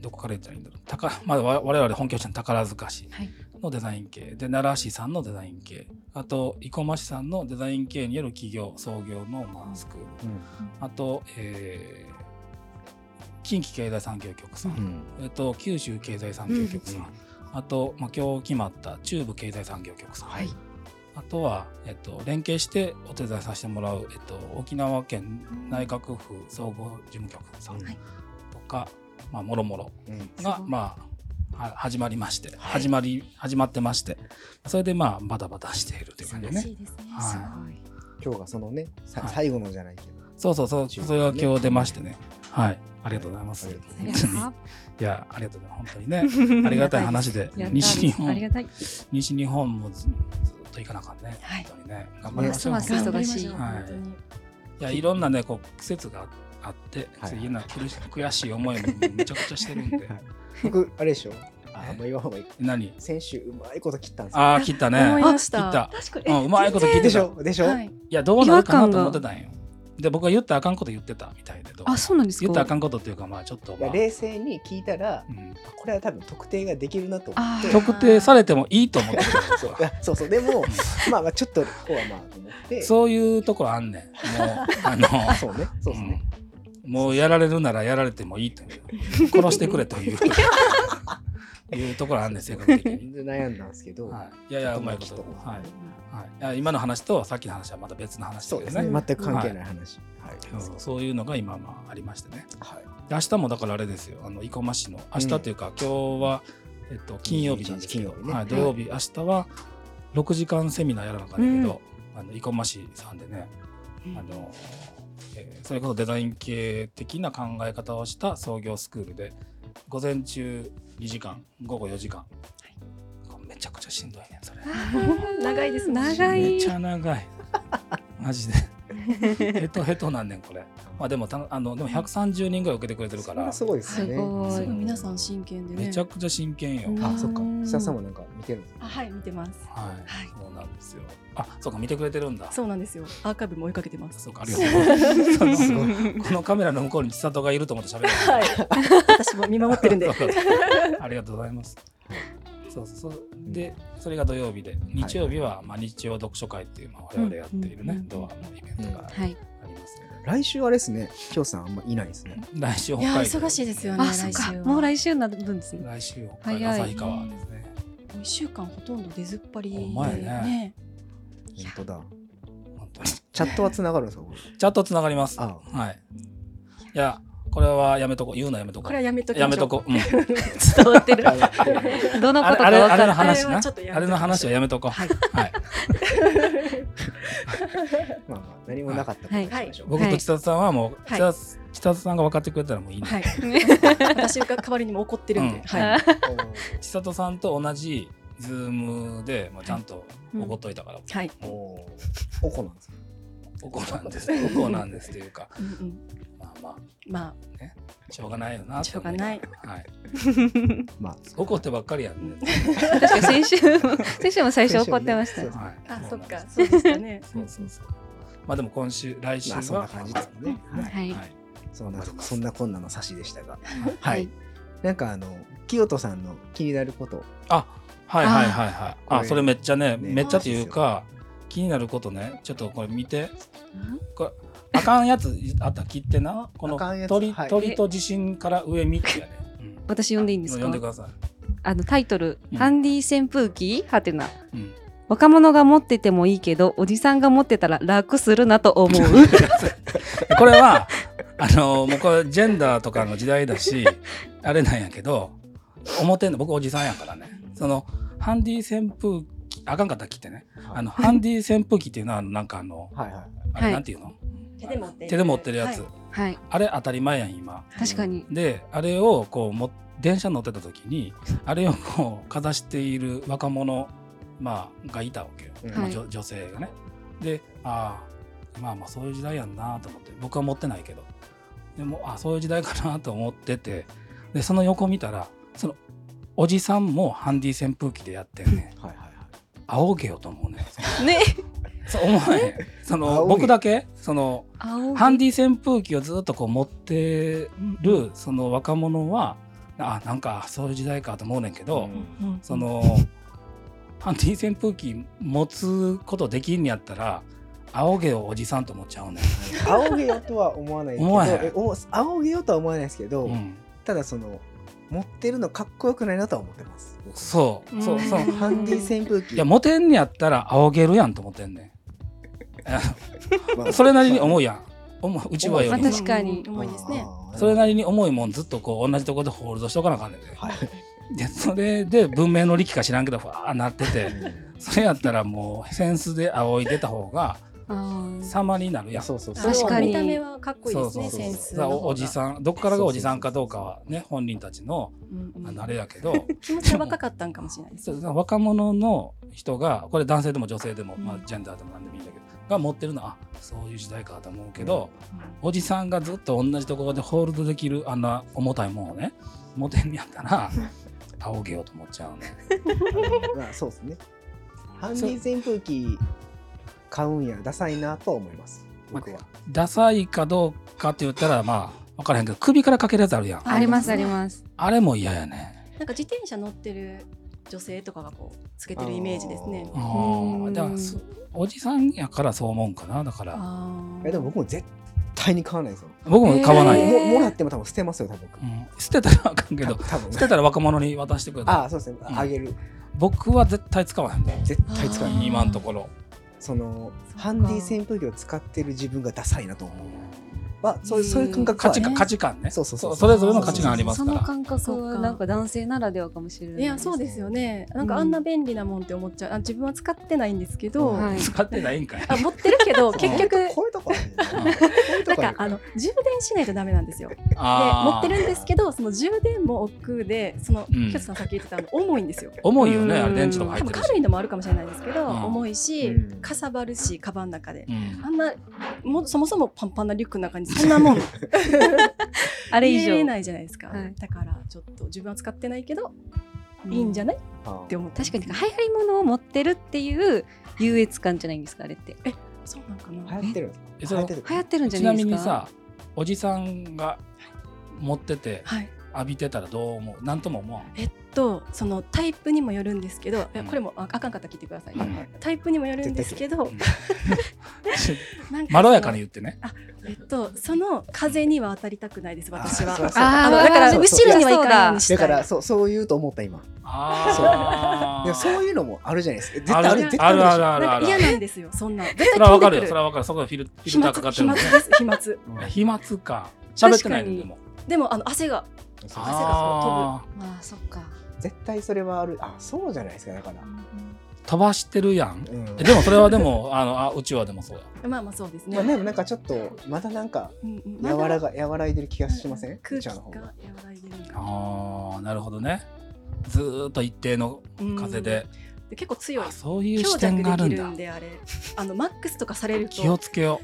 S3: どこから言ったらいいんだろう宝、 まあ、わ我々本拠地の宝塚市
S4: はい
S3: のデザイン系で奈良市さんのデザイン系あと生駒市さんのデザイン系による企業創業のまあスクールあと、えー近畿経済産業局さん、えっと、九州経済産業局さん、あと、まあ、今日決まった中部経済産業局さん、
S1: はい
S3: あとは、えっと、連携してお手伝いさせてもらう、えっと、沖縄県内閣府総合事務局さん
S1: はい
S3: とか、まあ、もろもろ
S1: うん
S3: が、まあ、は始まりまして、始まり始まってましてそれでまあバタバタしているという感じで
S5: 楽
S3: ね
S5: しいですね。
S3: はい
S1: 今日がそのねさ
S3: はい
S1: 最後のじゃないけど
S3: そうそうそうそれが今日出ましてねはいありがとうございます、
S1: はいあ
S4: ありがとうご
S3: 本当に
S4: ざいま
S3: いやありがとうございます本当に ね ありがたい話で
S4: やった
S3: 西日
S4: あり
S3: 本
S4: がたい
S3: 西日本もずずっと行かなあかんね、
S4: はい
S3: 本当にね頑張り
S4: ま
S3: まし
S4: す
S3: ょう、
S4: ます忙しい
S5: 頑
S3: はい
S5: 張りましょう本当に
S3: いやいろんなねこう季節があって、
S1: はい
S3: そういうのは苦し悔しい思いもめちゃくちゃしてるんで、
S1: はい僕あれでしょあ
S3: はい
S1: あんま言わんほうがいいか
S3: 何
S1: 先週うまいこと切ったんですよ
S3: ああ切ったね
S5: 思いまし。
S3: 切ったた
S4: 確か
S3: うんうまいこと聞い
S1: で
S3: て
S1: した
S3: い
S1: ょでしょ
S5: はい。
S3: やどうなるかなと思ってたんよで僕は言ったらあかんこと言ってたみたいでどう
S4: あそうなんです
S3: 言ったらあ
S4: か
S3: かんことっていうかまあちょっと
S1: い
S3: ま
S1: や
S3: あ、
S1: 冷静に聞いたら
S3: うん
S1: これは多分特定ができるなと思って
S4: あー
S3: 特定されてもいいと思ってた僕
S1: そう
S3: はい
S1: やそうそうで もまあまあちょっとこうはまあと思って
S3: そういうところあんねんもうあの
S1: そうねそうですね
S3: うんもうやられるならやられてもいい という殺してくれという いうところあるんですよ、性格的に。
S1: で悩んだんですけど
S3: はい、いやいや、うまいこ
S1: ちょ
S3: と
S1: っ。まあ
S3: はい
S1: きっ
S3: はいいや、今の話とさっきの話はまた別の話
S1: そうで
S3: だけ
S1: す
S3: ど
S1: ね
S3: ね。
S1: 全く関係ない話はい
S3: うんそういうのが今まあありましてね。
S1: はい
S3: で明日もだからあれですよ、あの生駒市の、明日というか、今日は、えっと、金曜日なんですけど、
S1: 21金曜日ね
S3: はい、土曜日、明日は6時間セミナーやらなあかんねんけど、あの生駒市さんでね、あの、えーそれこそデザイン系的な考え方をした創業スクールで午前中2時間午後4時間、めちゃくちゃしんどいねんそれ
S2: 長いですね
S4: 長い。
S3: めちゃ長い マジで ヘトヘトなんねんこれまあでもたあのでも130人ぐらい受けてくれてる
S1: そ
S3: か
S1: れ
S3: ら
S1: がすごいですよね。
S4: すごい
S5: すごい皆さん真剣でね
S3: めちゃくちゃ真剣よ、
S5: うん
S1: あ、そっか。久田さんもなんか見てるんですね
S5: あはい見てます
S3: はい、
S5: はい
S3: そうなんですよあそうか見てくれてるんだ
S5: そうなんですよアーカイブも追いかけてます
S3: そうかありがとう
S1: す
S3: そ
S1: ごい。
S3: のこのカメラの向こうに千里がいると思って喋る
S5: はい私も見守ってるんで
S3: そうありがとうございます。そうそうそうでそれが土曜日で日曜日はまあ日曜読書会っていうまあ我々やっているね、
S4: うん
S3: ドアのイベントがあ
S4: はい。
S3: りますの
S1: 来週あれですね。きょうさんあんまいないですね。
S3: で、来週北
S5: いや
S3: 海道
S5: 忙しいですよね
S4: あ、そっ
S5: 来
S4: か。
S5: 週は
S4: もう来週になるんですね。
S3: 来週北海道
S4: 早い
S3: 旭川ですね
S5: もう一週間ほとんど出ずっぱりで
S3: ほんまやね
S5: ね
S1: 本当だ。
S3: 本当に
S1: チャットは繋がるんですかこれ
S3: チャットつながります
S1: あ
S3: はいいやこれはやめとこう言うのやめとこ
S5: こ
S3: う
S5: れはやめときましょ
S3: や
S5: う
S3: めとこ う、うん、
S4: 伝わってる。どのこ
S3: あ
S4: とか
S3: れあれ
S4: わか
S3: あれの
S4: る。
S3: 話
S5: あれ
S3: な
S5: はちょっとやめときましょう
S3: あれの話はやめとこう
S5: はい
S3: はい
S1: まあまあ、何もなかったことにしましょう。
S3: 僕と千里さんはもう、
S5: は
S3: 千
S5: い
S3: 里千里さんが分かってくれたらもういいね、
S5: はい私が代わりにも怒ってるんで、
S3: うん
S5: はい
S3: 千里さんと同じズームで、まあ、ちゃんと怒っといたから、
S5: はい、
S1: おーおーおこなんですか
S3: おこなんですおこなんですというか
S5: うんうん、
S3: まあま
S5: ま
S3: あしょうがないよな
S5: あしょうがない
S3: はい
S1: まあ、
S3: 怒ってばっかりやんね、
S4: 確かに先週も、先週も最初怒ってました
S1: そう。
S3: はい、
S5: あそっ
S3: うなん
S5: か
S3: です
S5: そうでしたね
S3: そうそうそうまあでも今週来週
S1: ま
S3: は、
S1: あ、そんな感じですね。はい。
S4: はい。
S3: はい
S1: そんな、そんなこんなの差しでしたが。
S4: は
S1: はいい。なんかあの、清人さんの気になること。
S3: あはいはいはいはい
S1: あ
S3: あ
S1: これ
S3: それめっちゃ
S1: ね
S3: ねめっちゃというか気になることねちょっとこれ見てこれあかんやつあった切ってなこの
S1: あかんやつ
S3: 鳥,、
S1: はい
S3: 鳥と地震から上3つやね、
S4: 私読んでいいん
S3: うん、
S4: です
S3: 読んでく
S4: か
S3: ださ
S4: あのタイトル、
S3: うん、
S4: ハンディ扇風機はてない
S3: うん、
S4: 若者が持っててもいいけどおじさんが持ってたら楽するなと 思う
S3: これはあのもうこれジェンダーとかの時代だし あれなんやけど表の僕おじさんやからねそのハンディ扇風機あかんかったら切ってねあのハンディ扇風機っていうのはなんかあの
S1: はいはい。
S3: あれ
S4: はい
S3: なんていうの
S5: 手で持ってる
S3: 手で持ってるやつ、
S5: はい
S4: はい
S3: あれ当たり前やん今
S4: 確かに
S3: であれをこうも電車乗ってた時にあれをこうかざしている若者、まあ、がいたわけよ、
S1: うん
S3: まあ
S4: はい
S3: 女女性がね。でああまあまあそういう時代やんなと思って僕は持ってないけどでもあそういう時代かなと思っててでその横見たらそのおじさんもハンディ扇風機でやってんね
S1: はいはいはい。
S3: 仰げよと思うね
S4: ね
S3: そう思わへんその
S1: 仰げ
S3: 僕だけその
S4: 青
S3: ハンディ扇風機をずっとこう持ってるその若者はあなんかそういう時代かと思うねんけど、
S5: うん
S3: そのハンディ扇風機持つことできんやったら仰げをおじさんと思っちゃうね
S1: 仰げよとは思わないけ
S3: 思
S1: ど
S3: わへん
S1: えお仰げよとは思わないですけど、
S3: ん、うん、
S1: ただその持ってるのかっこよくないなとは思ってます
S3: そうそうそう
S5: うん
S1: ハンディ扇風機
S3: いやモテんねやったら仰げるやんと思ってんね
S1: ま
S3: ん
S1: あ
S3: それなりに重いやんおもうちわより
S4: まあ
S3: も
S4: 確かに
S5: 重いですね
S1: あー
S3: それなりに重いもんずっとこう同じとこでホールドしとかなあかんねんで
S1: はい
S3: でそれで文明の力か知らんけどふわーなっててそれやったらもうセンスで仰いでた方が様になる
S1: い
S3: や
S1: や
S3: ん。
S1: そうそうそう
S4: 確かに
S5: 見た目はかっこいいです
S1: そうそ
S5: ね
S1: うそう
S5: センス
S3: だから
S5: の方が
S3: おおじさんどっからがおじさんかどうかはね本人たちの
S5: うんうん
S3: あのあれや けど
S5: 気持ちは若かったんかもしれないです
S3: そ
S5: ね
S3: う若者の人がこれ男性でも女性でも、
S5: うん
S3: まあ、ジェンダーでも何でもいいんだけどが持ってるのはあそういう時代かと思うけど、おじさんがずっと同じところでホールドできるあんな重たいもんをね持てんやった ら仰げようと思っちゃうね。
S1: まあそうですねハンディ扇風機買うんやダサいなとは思います僕は
S3: ダサいかどうかって言ったらまあ分からへんけど首からかけるやつあるやん
S4: ありますあります
S3: あれも嫌やね。
S5: なんか自転車乗ってる女性とかがこうつけてるイメージですね
S1: あー
S3: あ
S4: う
S3: あ
S4: ん
S3: だからそおじさんやからそう思うんかなだから
S5: あ
S1: えでも僕も絶対に買わないですよ、
S3: 僕も買わない、
S5: えー
S1: ももらっても多分捨てますよ多分
S3: うん、捨てたらあかんけ
S1: 多
S3: ど
S1: 分多分
S3: 捨てたら若者に渡してくれた
S1: ああそうですね
S3: うん
S1: あげる
S3: 僕は絶対使わへんで
S1: 絶対使う
S5: あー
S3: 今のところ
S1: その
S5: そっか
S1: ハンディ扇風機を使ってる自分がダサいなと思うはそういうそういう感覚
S3: 価
S1: は
S3: 値観、
S5: ね
S3: 価値観ね。
S1: そうそうそう
S3: それぞれの価値観あります
S4: そ
S3: か
S4: の
S3: ら。
S4: 感覚はなんか男性ならではかもしれない
S5: いやそうですよねなんかあんな便利なもんって思っちゃうあ自分は使ってないんですけど、
S4: はい
S3: 使ってないんかい。
S5: あ持ってるけ
S3: そ
S5: ど
S3: う
S5: 結局
S1: こういうとこあるよね
S3: うん
S1: こういう
S5: な
S1: と
S5: ん
S1: こ
S5: か
S1: あ
S5: あ
S1: る
S5: の充電しないとダメなんですよで持
S3: あ
S5: っ
S3: ー
S5: てるんですけどその充電も億劫でその
S3: うん
S5: キョツさんさっき言ってたあの重いんですよ
S3: 重いよね、
S4: うん
S3: あれ電池とか入っ
S5: 多
S3: て
S5: 分
S3: る
S5: 軽いのもあるかもしれないですけど、
S3: うん
S5: 重いし、
S1: うん
S5: かさばるしカバンの中で
S3: し。うん
S5: あんなもうそもそもパンパンなリュックの中にそんなもん
S4: あれ以
S5: 入れ
S4: 上
S5: ないじゃないですか、
S4: はい
S5: だからちょっと自分は使ってないけどいいんじゃない、
S1: あ
S5: って思った
S4: 確かに流行り物を持ってるっていう優越感じゃないんですかあれって
S5: そうなんかな、
S1: 流行ってるん
S3: え
S1: です
S3: そ
S1: か
S3: の
S1: 流行ってる
S4: 流行ってるんじゃ
S3: ち
S4: な
S3: ない
S4: で
S3: み
S4: すか
S3: にさ、おじさんが持ってて
S5: はい
S3: 浴びてたらどう思うなんとも思わん。
S5: えっとそのタイプにもよるんですけど、いやこれもああかんかったら聞いてください、
S3: うん
S5: タイプにもよるんですけど
S3: うん
S5: なんか
S3: まろやかに言ってね。
S5: えっとその風には当たりたくないです私は
S1: あーそうそう
S2: あ
S5: あ
S2: ー
S5: のだから
S1: そう
S5: 後ろにはいかないようにした
S1: だ
S5: い
S1: からそうそう言うと思った今
S3: あ
S1: でもそう
S3: う
S1: いうのもあるじゃないですか絶対
S3: あ
S1: ある
S3: る
S1: 絶対
S3: ある
S1: で
S3: あ
S1: し
S3: る
S1: ょ
S3: ある
S5: な
S3: あ
S5: んか
S3: る。
S5: 嫌なんですよそんなん絶対
S3: それはわかるよ。
S5: 飛んで
S3: そ
S5: く
S3: れはわかる。そこがフィルフィ
S5: 飛
S3: ルター
S5: 沫
S3: かかって
S5: 飛
S3: るもん
S5: 沫で
S3: ね。
S5: す飛沫
S3: 飛沫か。喋ってないのでも。
S5: でもあの汗が
S1: そう
S5: かに
S1: そう
S3: ああ
S4: まあそっか
S1: 絶対それはあるあそうじゃないですかだから
S3: ー飛ばしてるやん。
S1: うん
S3: えでもそれはでも あのあうちはでもそうや。
S5: まあまあそうですね、
S1: まあでもなんかちょっとまだなんか
S5: うんうん
S1: 柔ら
S5: まだ
S1: が和らいでる気がしません
S5: 空気
S1: うちわの
S5: が
S1: 方
S5: 和
S1: が
S5: らいでるのか
S3: ああなるほどね。ずーっと一定の風で。
S5: で結構強い
S3: あそういう
S5: 強
S3: 視
S5: 弱
S3: 点がある
S5: で
S3: ん
S5: きるん
S3: だ。
S5: であれあのマックスとかされると
S3: 気をつけよ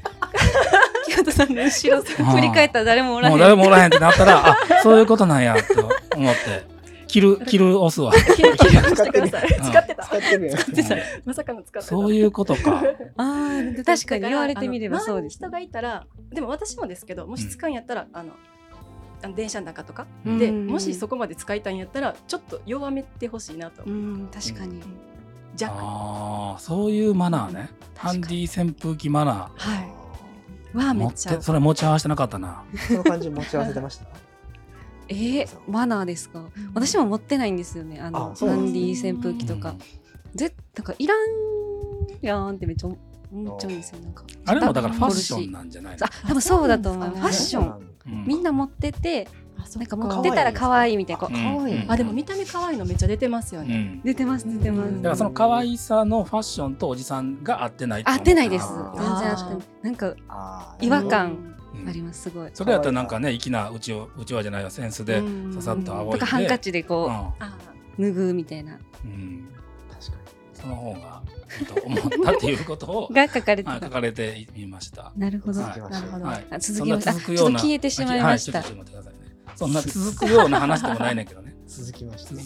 S4: 清田さんの後ろ
S3: あー
S4: 振り返ったら誰もお
S3: う。
S4: らへん
S3: もう誰もおらへんってなったらあそういうことなんやと思って切る切る押すわ。
S5: 気を気をしてください
S3: うん
S5: 使ってた
S1: 使ってる やん
S3: うん
S5: まさかの使ってた
S3: そういうことか。
S4: あー確かに言われてみれば
S5: だから
S4: そうです
S5: あの周りに人がいたらでも私もですけどもし使うんやったら、あのあの電車の中とか
S3: うん
S5: でもしそこまで使いたいんやったらちょっと弱めてほしいなと、
S4: うん確かに
S5: 弱は
S3: ああそういうマナーね。ハンディ扇風機マナ
S5: いわあ
S3: ー。
S5: め
S3: 持
S5: っ
S3: っ
S5: ちゃ
S3: てそれ持ち合わせてなかったな。
S1: その感じ持ち合わせてました
S4: えー、マナーですか私
S5: も
S4: も持ってないんですよねあの
S1: あそう
S4: ハ
S1: なん
S5: で
S4: ン
S5: す
S4: ディ
S5: ね
S4: 扇風機とか、ぜなんかいらんやんってめっちゃ思っちゃうんですよなんか
S3: あれもだからファッションなんじゃないの
S4: あ多分そうだと思う
S5: あ
S4: ファッショ
S1: そうな
S4: ン
S1: ん
S3: うん
S4: みんな持ってて
S5: あそ
S4: なんか
S5: も
S4: 持ってたら可愛いみたいなこう
S1: 可愛い
S3: うん
S5: あでも見た目可愛いのめっちゃ出てますよ
S3: う
S5: ね、
S3: ん
S4: 出てます出てます
S1: うん
S3: だからその可愛さのファッションとおじさんが合ってないって
S4: 合
S3: 思う
S4: ってないです全
S1: あー
S4: 然合ってないなんか
S1: あー
S4: 違和感
S3: うん
S4: ありますすごい
S3: それやったらなんかね粋なうちをうちわじゃないわセンスでささっと青い
S4: と
S3: で
S4: かハンカチで
S3: う
S4: こ
S3: ん
S5: あ
S4: う脱ぐみたいな
S3: うん
S1: 確かに
S3: その方がいいと思ったっていうことを
S4: が書かれて
S3: はい書
S4: た
S3: かれていました。
S4: なるほど
S1: 続きまして
S5: なるほど
S3: はい
S4: あ続
S3: そん
S4: き
S3: な
S4: ました
S3: 続くよ
S4: あちょ
S3: うな
S4: っと消えてしまいました
S3: はいちょっとちょっと待ってくださいね。そんな続くような話でもないねんけどね。
S1: 続きましてね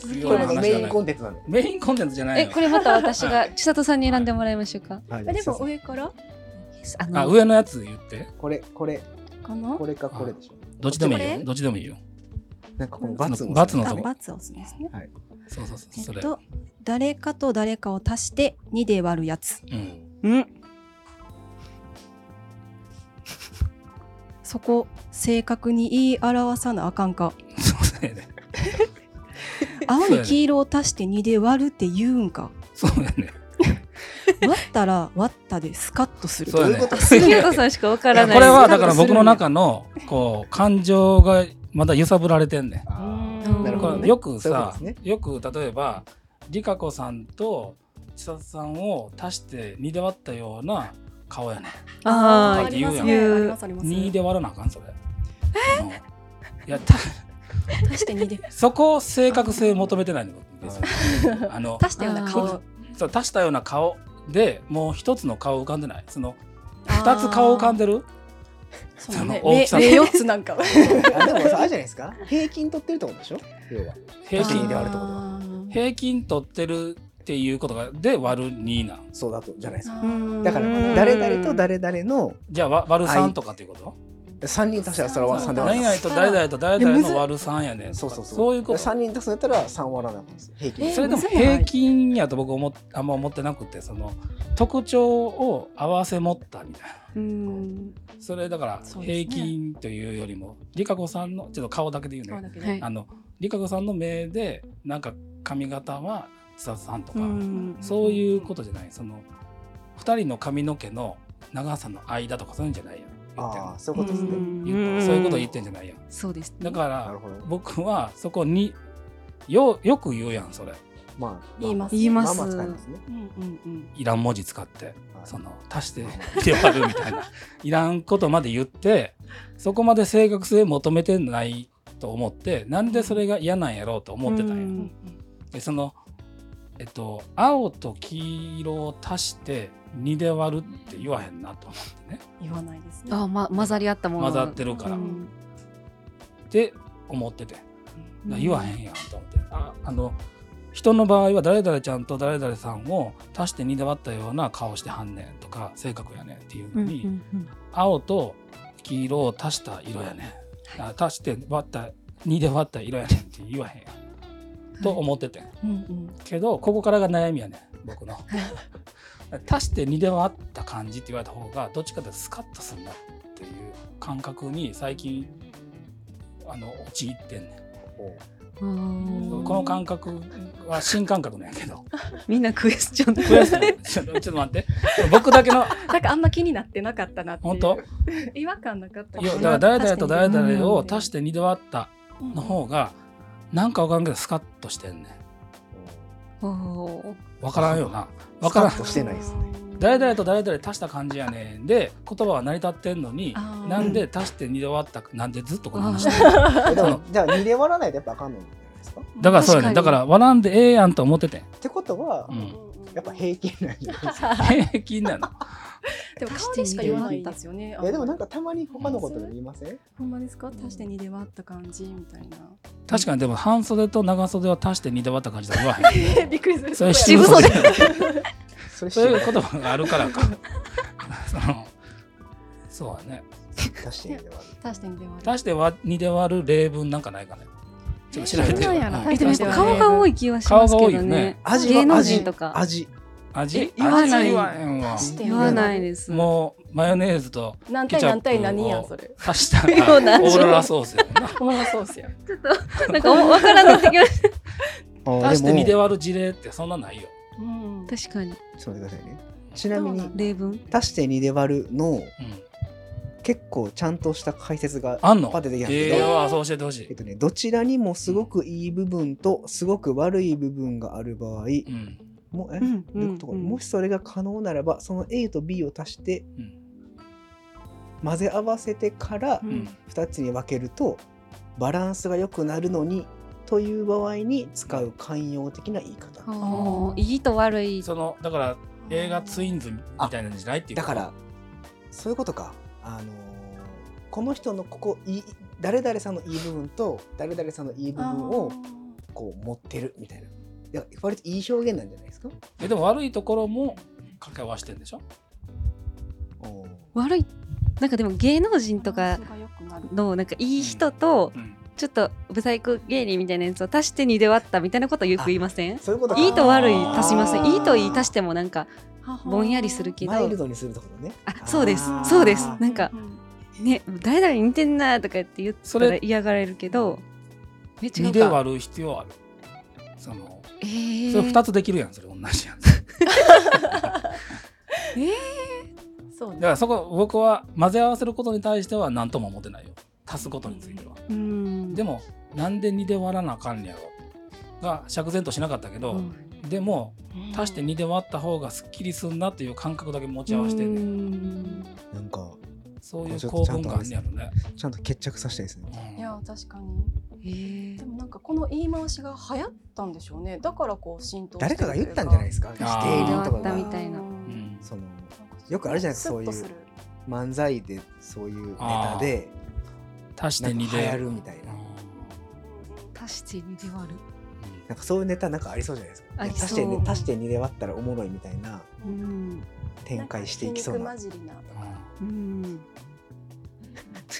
S3: 続くよ
S1: こ
S3: う
S1: れ
S3: な話じゃ
S1: が
S3: ない。
S1: メインコンテンツなんで
S3: メインコンテンツじゃない
S4: え
S3: の
S4: こ。れまた私が千里さんに選んでもらいましょうか
S1: あ
S5: ーでも上から
S4: あ
S3: あ
S4: の
S3: 上のやつ言って。
S1: これこれ
S5: かな
S1: これかこれでしょ
S3: どっちでもいい
S5: これ
S3: よ。どっちでもいいよ。
S1: なんかこのバツも
S3: バツの
S5: あ
S3: とこ
S5: バツを押すんですね
S3: そうそうそう。そ
S5: えっ
S3: れ。
S5: と誰かと誰かを足して2で割るやつ
S3: うん。
S4: うん
S5: そこ正確に言い表さなあかんか
S3: そうやね。
S5: 青に黄色を足して2で割るって言うんか
S3: そうやね。
S5: 割ったら 割ったでスカッとする
S3: そうやね。
S4: 杉浦さんしかわからない
S3: これはだから僕の中のこう感情がまだ揺さぶられてんねん。
S1: あー
S4: うん
S1: なるほ
S3: こ
S1: ど
S3: れ
S1: ね
S3: よく
S1: そういうこと
S3: さ
S1: ですね
S3: よく例えばリカ子さんと千里さんを足して2で割ったような顔やね
S4: あ
S3: あ
S4: ー
S3: りますね
S4: あ
S5: あり
S4: り
S5: ま
S4: ます
S5: あります
S3: ん。2で割らなあかんそれ。うんいやた
S5: 足して2で
S3: そこ正確性求めてないの僕 別にあの
S5: 足したような顔
S3: そう足したような顔でもう一つの顔浮かんでないその二つ顔浮かんでる
S5: そうだね
S3: その大きさ
S5: 目目4つなんか
S1: あでもさあれじゃないですか平均取ってるってことでしょ要は
S3: 平均
S1: で割るってこと
S3: 平均取ってるっていうことがで割る2なん
S1: そうだとじゃないですか
S5: うん
S1: だから誰々と誰々の
S3: じゃあわ割る
S1: は
S3: 3
S1: い
S3: とかっていうこと
S1: 三人足したらそれは
S5: そう
S1: 3
S5: だ
S1: で
S5: ね
S1: 割
S3: 何
S1: らな
S3: 々
S1: い
S3: と誰々と誰々の割る3やねんとか
S1: そうそうそう
S3: そういうこと
S1: 3人足すんやったら3割らなかったんです平均
S5: え
S3: それでも平均やと僕思っあんま思ってなくてその特徴を合わせ持ったみたいな
S4: うん
S3: それだから
S5: そうですね
S3: 平均というよりもりかこさんのちょっと顔だけで言う
S5: そう
S3: ね
S5: だけ
S4: はい
S5: ど
S3: あのりかこさんの目でなんか髪型は千里さんとか、
S4: うん
S3: そういうことじゃないその2人の髪の毛の長さの間とかそういうんじゃないやん言ってん
S1: あ
S3: の
S1: ーそういうことですね
S3: 言っそういうこと言ってんじゃないやん
S4: そうですね
S3: だか
S1: なる
S3: ら
S1: ほど
S3: 僕はそこによよく言うやんそれ
S1: まあ
S5: 言います
S4: 言い
S1: ま
S4: ま
S1: あ
S4: す
S1: まあ使いますね
S5: うんうんうん
S3: いらん文字使って
S1: はい
S3: その足してで割る みたいないらんことまで言ってそこまで正確性求めてないと思ってなんでそれが嫌なんやろうと思ってたんや、
S4: うん
S5: うん
S3: でそのえっと青と黄色を足して2で割るって言わへんなと思ってね
S5: 言わないですね
S4: あ、ま、混ざり合ったもの
S3: 混ざってるから、
S4: う
S3: っ
S4: ん
S3: て思ってて
S5: うん
S3: 言わへんやんと思ってああの人の場合は誰々ちゃんと誰々さんを足して2で割ったような顔してはんねんとか性格やねんっていう
S4: う
S3: の
S4: んう
S3: に、
S4: んうん
S3: 青と黄色を足した色やねん、あ足して割った2で割った色やねんって言わへんやんと思っててん
S5: うんうん
S3: けどここからが悩みやねん僕の足して2で割った感じって言われた方がどっちかというとスカッとするなっていう感覚に最近あの陥ってんねん
S1: お
S4: あー
S3: この感覚は新感覚なんやけど
S4: みんなクエスチョン
S3: クエスチョンちょっと待って僕だけの
S5: なんかあんま気になってなかったなってい
S3: 本
S5: う
S3: 当
S5: 違和感なかった
S3: いや
S5: か
S3: だ
S5: な
S3: から誰々と誰々を
S5: 確かに
S3: 足して2で割ったの方がなんかわからんけどスカッとしてんね
S4: おー
S3: んわからんよなわからん
S1: スカッとしてないですね
S3: 誰々と誰々足した感じやねんで言葉は成り立ってんのに
S5: あー
S3: なんで足して2で割ったなんでずっとこの話してんの
S1: えでもじゃあ2で割らないとやっぱあかんのじゃないですかっ
S3: だからそう
S4: 確か
S3: やねん
S4: に
S3: だから割らんでええやんと思っててん
S1: てことは
S3: うん
S1: やっぱ平均なんじゃないですか
S3: 平均なの
S5: でも顔でしか言わないんですよね
S1: いやでもなんかたまに他のことでも言いません
S5: ほんまですか足して2で割った感じみたいな
S3: 確かにでも半袖と長袖を足して2で割った感じとは言わへん
S5: びっくりする
S3: それ
S4: 七分袖
S1: それ知
S3: そ
S1: ら
S3: うい
S1: な
S3: う言葉があるから か。そのそうだね。
S1: 出して2で割
S5: 足して2で割
S3: 足して割2で割る例文なんかないかね。ちょっと調べて
S5: そう
S3: よ。
S5: なんやな
S3: うん
S5: え
S4: えでも
S5: 確かに
S4: 顔が多い気はします
S3: 顔
S4: けど
S3: が多いよね
S4: ね
S1: 味は
S4: 芸能人とか
S1: 味
S3: 味
S5: 言わない
S3: 味言わへんわ
S5: 足して
S4: 言わないです
S3: もうマヨネーズと
S5: 何
S3: ケ
S5: 対
S3: チャ
S5: 何
S3: ッ
S5: 対何やんそ
S3: プ
S5: れ
S3: を足した
S4: ような
S3: オーロラソースや な。
S5: お前そうっすよ
S4: なんかわからなってきまし
S3: 足して2
S1: 割
S3: で割る事例ってそんなないよ。
S5: うん
S4: た確かに
S1: ちょっと待ってくださいねちなみ
S5: そう
S1: に
S4: 例文
S1: 足して2で割るの
S3: うん
S1: 結構ちゃんとした解説が
S3: あんの
S1: パッて出てきたんです
S3: え
S1: け
S3: え
S1: ど、
S3: わそう教えてほし
S1: えっ
S3: い。
S1: とね、どちらにもすごくいい部分とすごく悪い部分がある場合、
S3: うん
S1: もえ、
S4: うん
S1: どういうことかなもしそれが可能ならばその A と B を足して
S3: うん
S1: 混ぜ合わせてから
S3: うん
S1: 2つに分けるとバランスが良くなるのにという場合に使う寛容的な言い方
S4: あーいいと悪い
S3: そのだから映画ツインズみたいなんじゃないっていう
S1: だ
S3: こと
S1: からそういうことかあのーこの人のここいい誰々さんのいい部分と誰々さんのいい部分をこう持ってるみたいないや割といい表現なんじゃないですか
S3: えでも悪いところも掛け合わせてんでしょ。
S1: おー
S4: 悪いなんかでも芸能人とかのなんかいい人と
S3: うん
S4: ちょっとブサイク芸人みたいなやつを足して2で割ったみたいなことよく言いません
S1: そういうことか
S4: いいと悪い足しませ
S5: あ
S4: ん
S5: ー
S4: いいといい足してもなんかぼんやりするけど
S1: マイルドにするところね
S4: あそうです
S1: あー
S4: そうですなんか
S5: うん
S4: ね誰々に似てんなとか言って言っ
S3: そ
S4: たら
S3: れ
S4: 嫌がられるけどえ違
S3: 二
S4: う
S3: で
S4: か
S3: 割る必要あるその
S4: えー
S3: それ二つできるやんそれ同じ やんだ
S5: そうね
S3: からそこ僕は混ぜ合わせることに対しては何とも思ってないよ足すことについては
S4: うん
S3: でもなんで二で割らなあかんねやろが釈然としなかったけど、
S4: うん
S3: でも足して二で割った方がすっきりすんなという感覚だけ持ち合わせてんねん
S4: うん
S1: なんか
S3: そういう興奮感にあるね、
S1: ちゃんと決着させたいですね
S3: うん
S5: いや確かに
S4: えー
S5: でもなんかこの言い回しが流行ったんでしょうねだからこう浸透して
S1: 誰
S5: ると
S1: か
S5: いう
S1: が言ったんじゃないですか芸
S3: あー
S1: 人とか
S4: 誰かが言ったみ
S1: が
S4: たいな
S3: うん
S1: そのよくあるじゃないですかそういう
S5: スッとる
S1: 漫才でそういうネタで
S3: 足して
S1: なん
S3: 二
S1: か
S3: で
S1: 流行るみたいな
S4: 足して2で割る
S3: うん
S1: なんかそういうネタなんかありそうじゃないですか
S4: ありそう
S1: 足してね足して2で割ったらおもろいみたいな
S4: うん
S1: 展開していきそう
S5: な
S1: なん
S5: か皮肉混じりな
S3: うん
S4: うん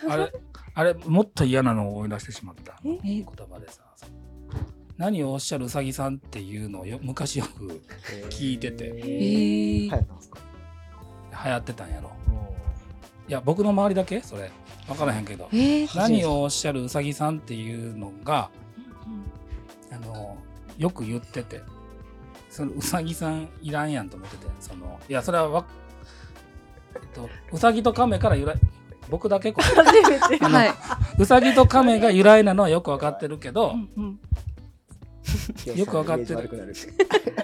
S3: あれ、あれ、もっと嫌なのを思い出してしまった。
S5: え
S3: 言葉でさ。何をおっしゃるうさぎさんっていうのをよ昔よく流聞いてて
S4: え
S1: 流
S4: ー
S1: 行ったんですか
S3: 行ってたんやろ。
S1: も
S3: いや、僕の周りだけそれ。わからへんけど
S4: え。ー
S1: う
S3: 何をおっしゃるうさぎさんっていうのが、あの、よく言ってて。そのうさぎさんいらんやんと思ってて。その、いや、それはわ、えっと、うさぎと亀から由来僕だけこれ
S5: 初めて
S3: あの
S2: はい。
S3: うさぎと亀が由来なのはよくわかってるけど
S5: う、んうん
S3: よくわかってる
S1: イメージ悪くなる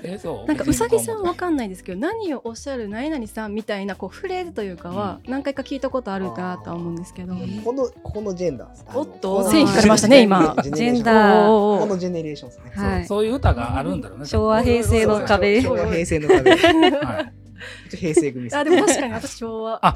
S3: えそう
S5: なんかうさぎさんわかんないですけど何をおっしゃる何々さんみたいなこうフレーズというかは何回か聞いたことあるなとは思うんですけど
S1: このここのジェンダー
S5: おっと
S1: あの
S5: 線引かれましたね今
S1: ジェ
S4: ジェン
S1: ネレーション
S4: ダー
S5: おー
S1: こ
S5: おー
S1: のジェネレーションですね
S4: はい
S3: そういう歌があるんだろうね。
S4: 昭和平成の壁
S1: 昭和平成の壁ちょっ
S3: はい
S1: と平成組です
S5: あでも確かに私昭和
S3: あ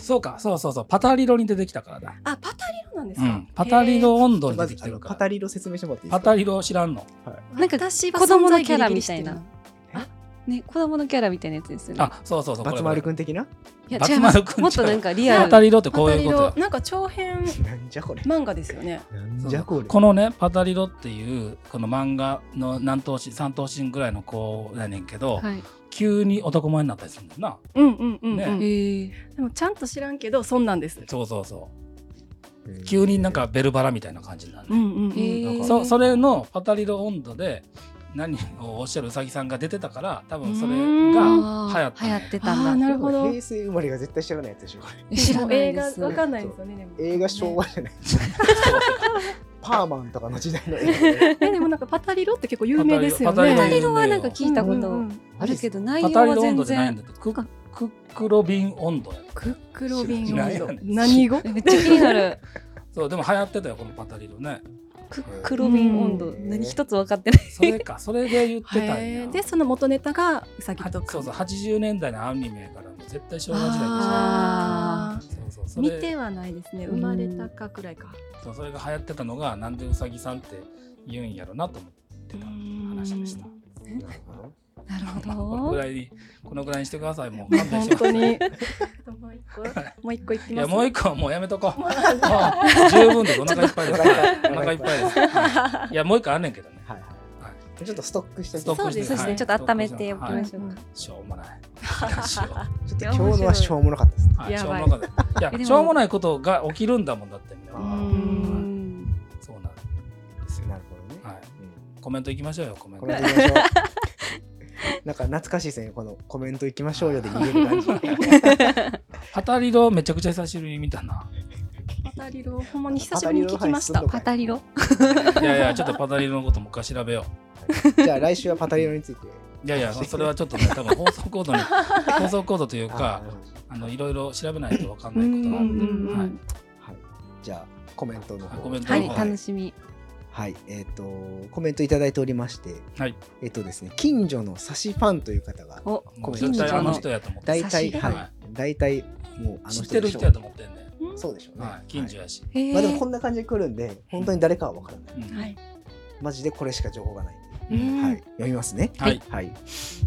S3: そうか、そうそうそう、パタリロに出てきたからだ。
S5: あパタリロなんです
S3: う
S5: か、
S3: ん、パタリロ温度に
S1: まず
S3: 出てき
S1: あ
S3: て
S1: の
S3: るか
S1: パ
S3: ら。
S1: タリロ説明してもらっていいで
S3: パ
S1: すか
S3: タリロ知らんの。
S4: なんか
S5: 私は
S4: 子供の
S5: 存在
S4: キャラ
S5: ギリギリ
S4: みたいな
S5: 知って
S4: ね、子供のキャラみたいなやつですよね。
S3: あ、そうそうそう。
S1: バツマル
S3: これ
S1: 君的ない
S5: や
S3: バ
S5: 違
S3: ツ
S5: い
S3: マ
S5: ます
S3: ルくん
S4: もっとなん
S3: か。
S4: かリア
S3: パタ
S4: ル。
S3: リロってこ
S5: パ
S3: う
S5: タ
S3: いう
S5: リ
S3: こと
S5: ロ
S3: よ。
S5: なんか長編
S1: なんじゃこれ
S5: 漫画ですよね
S1: なんじゃこれ
S3: このね、パタリロっていう、この漫画の何頭身、三頭身ぐらいの子やねんけど、
S2: はい。
S3: 急に男前になったりするんだよな。
S5: うんうんうん、うん
S3: ね
S2: ええ。
S5: でもちゃんと知らんけどそんなんです
S3: そうそうそう。急になんかベルバラみたいな感じになる
S5: う
S3: ね。
S5: んうんうん、
S2: へー
S3: そそれのパタリロ温度で何をおっしゃるうさぎさんが出てたから、多分それが流行ったん
S4: 流
S3: や
S4: 行ってたん
S5: あ
S4: だ
S5: ー。なる
S1: こ
S5: ほ
S1: れ
S5: ど
S1: 平成生まれが絶対知らないやつでしょこれ
S4: 知らない
S5: 映
S4: で
S5: 画
S4: す。
S5: わかんないですよねでも
S1: 映画昭和じゃ ないパーマンとかの時代の映画で
S5: えでもなんかパタリロって結構有名ですよね。
S3: パタリロ
S4: パタリロはなんか聞いたこ
S5: うんうんう
S4: と
S5: ん
S4: あるけど、内
S3: パ
S4: 容
S3: タリ
S4: は
S3: ロ温
S4: 全
S3: 度じゃないん
S4: 然
S3: だ。ってクックックロビン温度や
S5: クックロビン
S1: 知
S3: らん
S5: 温
S3: よ
S5: 度
S3: ね
S5: 何語？
S4: えめっちゃ気になる。
S3: そうでも流行ってたよこのパタリロね
S4: ク黒瓶温度、
S1: うん
S4: 何一つ分かってない。
S3: それ かそれで言ってたん
S5: へ
S3: や
S5: ーでその元ネタがウサギ
S3: は
S5: と
S3: そうそう
S5: か。
S3: 80年代のアニメからも絶対昭和時代
S5: あ
S4: あ
S3: でしょそうそう
S5: ー
S3: そ
S5: 見
S3: れ
S5: てはないですね。生まれたかくらいか。
S3: そうそれが流行ってたのがなんでうさぎさんって言うんやろなと思ってた話でした
S4: なる
S3: まあ この
S4: ほ
S3: ぐ
S4: ど。
S3: らいにこのぐらいにしてくださいもう勘弁
S5: 本
S3: して
S5: 当
S3: ください
S5: に。もう一個もう一個いき
S3: い
S5: ま
S3: や
S5: す。
S3: もう一個はもうやめとこう
S5: もう
S3: も
S5: 一個。
S3: う十分ですお腹いっぱいです
S1: お腹いっぱい
S3: お腹いっぱいですはいいやもう一個あんねんけどね
S1: はい
S3: は
S1: ちょっとストックして
S3: ストッ
S5: そう
S3: クして
S5: ですね
S3: はい
S5: ち
S4: ょっと温めておき
S3: はい
S4: ましょうか。
S3: しょうもない。ラジオ
S1: ちょっと今日のはしょうもなかったです
S3: はい、
S5: や
S3: しょう
S5: ばい
S3: もなかった。いや
S4: えでも
S3: しょうもないことが起きるんだもんだって、みんな
S1: う
S5: う
S1: ー
S5: ん
S3: そうなんですよ。
S1: なるほどね
S3: はい、コメントいきましょうよ、コメン
S1: コ
S3: ト。
S1: メントいきましょう なんか懐かしいですねこのコメントいきましょうよで逃げる感じ
S3: パタリロめちゃくちゃ久しぶりに見たな。
S5: パタリロほんまに久しぶりに聞きまし
S1: パタリロはいすん
S5: た
S1: の。
S4: パタリロ。
S3: いやいや、ちょっとパタリロのこともう一回調べよ
S1: じゃあ来週はパタリロについて
S3: う。いやいや、それはちょっとね、多分放送コードに、放送コードというか、
S1: あ
S3: あのいろいろ調べないとわかん
S4: う
S3: なんいことがあるんで。
S4: うんうん
S1: はいじゃあコメントの
S3: はい
S1: 方
S3: コメント
S4: は
S3: の
S4: い、
S3: 方
S4: 楽しみ。
S1: はい、えっ、と、コメントいただいておりまして、
S3: はい、
S1: えっ、とですね、近所のサシファンという方が、
S4: お、
S3: もう
S1: コメン
S3: 絶
S1: ト
S3: 対あの人やと思って。
S1: 大体、
S4: 差し
S1: は
S3: はい
S1: い、大体、もうあ
S3: 知
S1: の
S3: って
S1: 人
S3: る
S1: でしょ
S3: 人
S1: う
S3: やと思ってんね。
S1: そうでしょうね。
S3: はい、近所やし。
S4: へ
S1: はい
S4: ー
S1: まあでもこんな感じで来るんで、本当に誰かは分からない。
S3: うん
S5: はい。
S1: マジでこれしか情報がないんで。
S5: うん
S1: はい、読みますね。
S3: はい
S1: はい。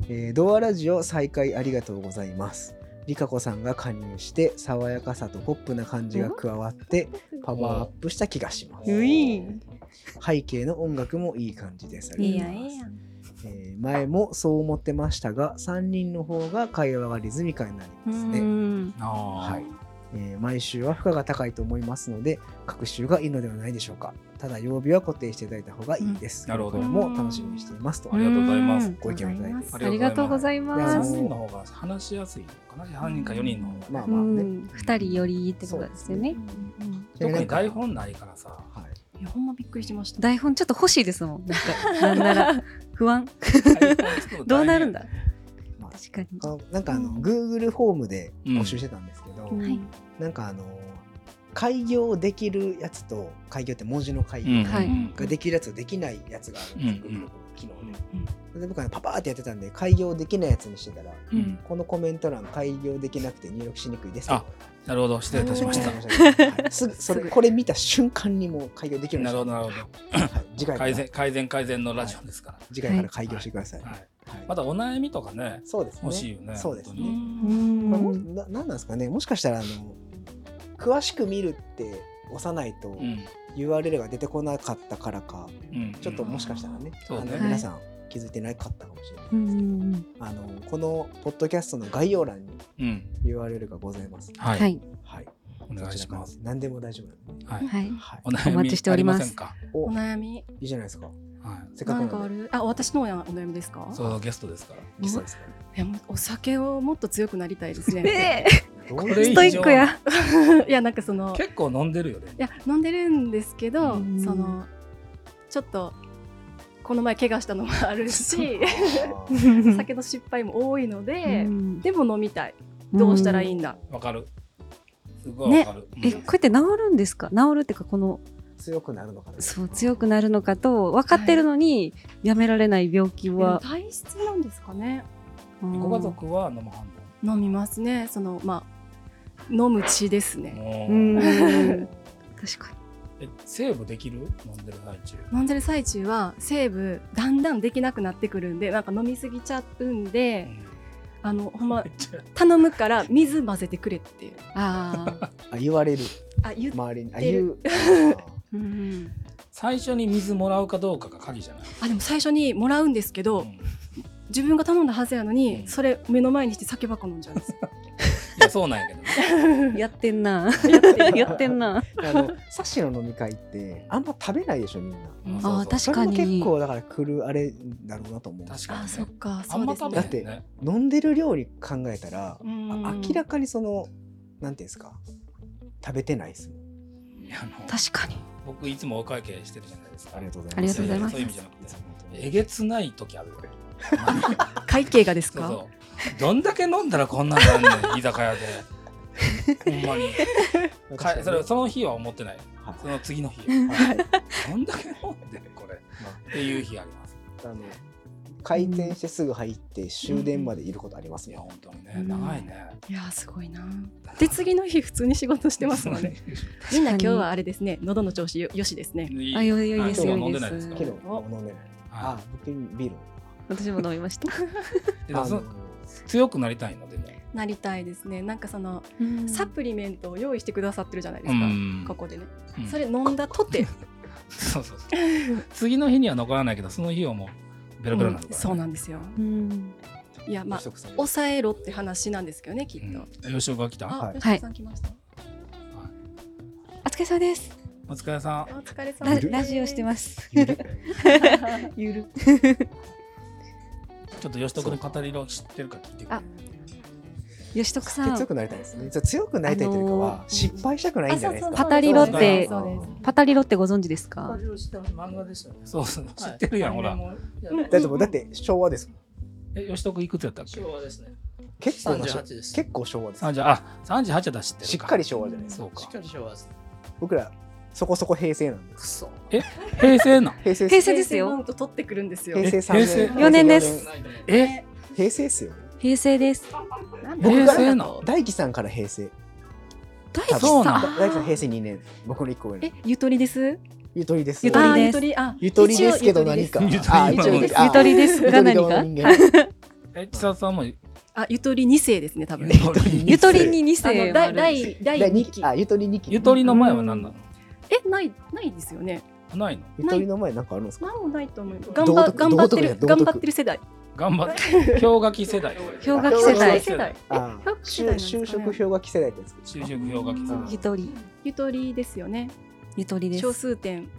S1: えードアラジオ再開ありがとうございます。リカ子さんが加入して爽やかさとポップな感じが加わってパワーアップした気がします。
S3: うい
S1: 背景の音楽もいい感じです。あ
S4: い
S1: り
S4: い
S1: が
S4: や
S1: とうござい
S4: ん
S1: ます
S4: いいやん。
S1: えー前もそう思ってましたが3人の方が会話がリズミカルになり
S4: う
S1: ますね、
S4: ん。
S3: ああ、
S1: はいえー毎週は負荷が高いと思いますので各週がいいのではないでしょうかただ曜日は固定していただいた方がいいです、
S3: うんなるほど
S1: これも楽しみにしていますと、
S3: ありがとうございます
S4: ん
S1: ご意見をいただいて
S4: ございますありがとうござい
S1: あ
S4: ま
S1: の
S3: 3
S4: す。
S3: 人の方が話しやすいのかな、3人か4人の方が。
S1: まあ
S4: う
S1: まあね、
S4: ん、二人よりってことですよね。
S3: 特に台本ないからさ。
S1: はい
S5: いやほんまびっくりしました。
S4: 台本ちょっと欲しいですもん。なんか、なんな ら、不安。 どうなるんだ。
S1: まあ
S4: 確かに。
S1: あのなんかあの、Google フォームで募集してたんですけど、
S4: んはい
S1: なんかあの開業できるやつと開業って文字の開業、
S3: うん
S4: はい
S3: うん
S1: ができるやつとできないやつがあるんですよ、
S3: うんう
S1: Google
S3: ん
S1: の機能で。
S5: うん
S1: で僕はパパーってやってたんで開業できないやつにしてたら
S3: うん
S1: このコメント欄開業できなくて入力しにくいですと
S3: あなるほど、失礼いたしました。
S1: はい すぐそれ
S4: すぐ
S1: これ見た瞬間にもう開業できる
S3: なるほど、なるほ
S1: ど、
S3: ど。
S1: はい、次回から
S3: 改善、改善、改善のラジオですか
S1: 次回から開業してください、
S3: ら。
S1: は
S3: はいい。またお悩みとかね、
S1: そうですね
S3: 欲しいよね。
S1: そうです
S3: 本
S1: ね
S3: 当
S4: う
S3: に
S1: これも
S4: ん。
S1: ななんなんですかねもしかしたらあの詳しく見るって押さないと
S3: うん
S1: URL が出てこなかったからか、
S3: うん。
S1: ちょっともしかしたらね,、
S3: そう
S1: あ
S3: ね
S1: の皆さん気づいてなかったかもしれない、
S4: うん。
S1: あのこのポッドキャストの概要欄に
S3: うん。
S1: URL がございます
S3: は。
S4: はいい。
S1: はい
S3: お願いします。
S1: 何でも大丈夫なんで、ね。
S3: はい。
S4: はい。
S1: はい
S3: お。悩
S4: お
S3: み
S4: 待ちしております
S3: あせんか
S1: お
S5: お
S1: い
S5: 悩み
S1: いじゃないですか。
S3: は
S1: せっかく
S5: なんか
S1: な
S5: あ
S1: んで。
S5: る？あ私のお悩みですか
S3: い。？そう、ゲストですから。
S1: 実際ですね。
S5: いやもうお酒をもっと強くなりたいですね。
S4: ええ
S1: どう
S3: これ
S1: い
S3: 以
S1: う
S4: ス
S3: 上
S4: トイック や。
S5: いやなんかその
S3: 結構飲んでるよね
S5: いや飲んでるんですけど、
S4: うん
S5: そのちょっとこの前怪我したのもある し 酒の失敗も多いので、でも飲みたいどうしたらいいんだ、
S3: わかるすごいわかる、
S4: え、こうやって治るんですか治るっていうか、この、
S1: 強くなるのかな
S4: そう、強くなるのかと、分かってるのに、やめられない病気
S5: でも
S4: は。
S5: 体質なんですかね
S3: うんご家族は飲まはん
S5: 飲みますねそのまあ飲む血ですね
S4: う。
S3: のもうん
S4: 確か
S3: えセーブできる飲んでる最中
S5: 飲んでる最中はセーブだんだんできなくなってくるんでなんか飲みすぎちゃうん
S3: う
S5: で
S3: ん
S5: あのほん
S3: めっ
S5: ま
S3: ちゃ
S5: 頼むから水混ぜてくれって
S4: ああ。
S1: あ言われる
S5: あ言っ
S1: 周りにあ
S5: 言
S1: 言
S5: っ
S1: う
S4: うん。
S3: 最初に水もらうかどうかが鍵じゃない、
S5: あでも最初にもらうんですけど、
S3: うんい
S5: 自分が頼んだはずやのに、
S3: うん
S5: それ目の前にして酒ばっか飲んじゃうんですよ
S3: やそうなんやけどね
S4: やってんな。や ってんな。
S1: あ のサッシの飲み会ってあんま食べないでしょみんな
S3: うん
S4: ああ、
S3: そうそ
S4: 確
S1: そ
S4: か
S1: れも
S4: に。
S1: 結構だから来るあれだろうなと思う
S3: 確かに、ね、
S5: あそっか
S3: あ
S5: そ
S3: ん
S5: う
S3: ま
S5: です
S3: 食
S5: ね
S3: べないよね
S1: 飲んでる料理考えたら、
S5: うん
S1: あ明らかにそのなんていうんですか食べてないですもん
S3: いやあの
S4: 確かに。
S3: 僕いつもお会計してるじゃないですか
S1: ありがとうございます
S4: ありがとうございます
S3: ややそういう意味じゃなくてえげつない時あるよ
S5: 会計がです
S3: そう
S5: か
S3: そうどんだけ飲んだらこんなんなんねん居酒屋でほんまにかそれその日は思ってない
S1: はい
S3: その次の日
S1: はい
S3: どんだけ飲んでんこれっていう日あります
S1: あの開店してすぐ入って終電までいることあります
S3: いや
S1: よ、
S3: 本当にね長いね
S5: いやーすごいなで次の日普通に仕事してますもんねみんな今日はあれですね喉の調子よよしですね
S3: いい
S4: あ、よいよいです
S3: 今
S4: よ
S3: 日は飲ん
S4: い
S3: でない
S4: で
S3: です
S4: す
S3: か
S1: けど飲んでないあ
S3: は
S1: 僕ビール
S4: 私も飲みました。
S3: いで
S1: あ
S3: そ
S1: の
S3: の強くなりたいのでも
S5: なりたいですねなんかそのサ
S4: さ
S5: プリメントを用意してくださってるじゃないで
S3: う
S5: すか、
S3: ん
S5: ここでね
S3: うん
S5: それ飲んだとて、
S3: そうそうそう次の日には残らないけどその日はもうベロベロになる
S5: う
S3: から
S5: んそうなんですよ
S4: うん。
S5: いやまあ
S1: 不足される
S5: 抑えろって話なんですけどねきっと、
S3: うん吉岡が来た
S5: あ、
S1: はい
S5: 吉田さん来ました、
S4: お疲れ様です。
S3: お疲れさん
S5: お疲れ様
S4: ラ
S5: です
S4: ラジオしてます。
S1: ゆる
S4: ゆる。
S3: ちょっと吉徳の語り色知ってるか聞いてくれ
S4: あ吉徳さ
S1: 強
S4: ん、
S1: くなりたいですねじゃあ強くなりたいというかは、
S4: あのー
S1: 失敗したくないんじゃないですか
S4: パタリロって
S5: そうですそうです
S4: パタリロってご存知ですか？
S6: 漫画ですよね。
S3: そうそう知ってるやんほら。
S1: だってもうだって昭和ですもん
S3: え吉徳いくつやったっけ
S6: 昭和ですね。
S1: 結構な
S6: 38です
S1: 結構昭和です
S3: 三十あ三十八だ知ってる
S1: しっかり昭和じゃないですか
S3: そう
S6: し
S3: か
S6: っかり昭和です。
S1: 僕らそこそこ平成なんで
S6: くそ。
S3: 平成なん
S1: 平成
S4: 平成です
S5: マウ
S4: よ。
S5: ント取ってくるんですよ
S1: 平成3
S3: 平成
S1: 年
S4: 四年です
S6: ないと思う
S3: え
S1: 平成っすよ
S4: 平成です。
S5: なんだ
S1: 僕
S3: 平
S1: が
S3: 成なん
S1: 大輝さんから平成
S4: 大
S1: 多分
S3: そうなん
S1: だ大輝さん平成2年僕の1個上の
S5: えゆとりです
S1: ゆとりです
S4: ゆとり
S5: あ
S4: です
S5: ーゆとりあ
S1: ゆとりですけど何か
S3: ゆとりです
S1: あ
S3: ゆと
S1: 一
S3: り
S1: 応
S3: です
S1: ゆとりあゆと
S4: ゆとりですが
S1: り側の人間
S3: え千里さんもゆ
S5: あゆとり二世ですね多分
S3: とり
S4: ゆとりに二
S5: あ
S4: 世
S5: の
S4: もあ
S5: 第
S4: るんです。
S5: 第第
S1: 第
S5: 二
S1: 二
S5: 期
S1: 期あゆとり2期
S3: ゆとりの前は何な
S5: えないないですよね
S3: のないの
S1: ゆとりの前なんかあるんですか
S5: なんもないと思います
S1: 道
S5: 頑
S1: 徳
S5: 張頑張って
S1: 道
S5: る
S1: 徳や道
S5: 頑
S1: 徳
S5: 張ってる世代
S3: 頑張って 氷河期世代
S4: 氷河期世代
S5: 氷河期世代え
S1: あ
S5: 氷河期世
S1: 就
S5: 代なんですかね
S1: 就職氷河期世代ってやつ
S3: 就職氷河期世代
S1: うん
S4: ゆとり
S5: ゆとりですよね
S4: ゆとりで
S5: 小
S4: す。
S5: 数点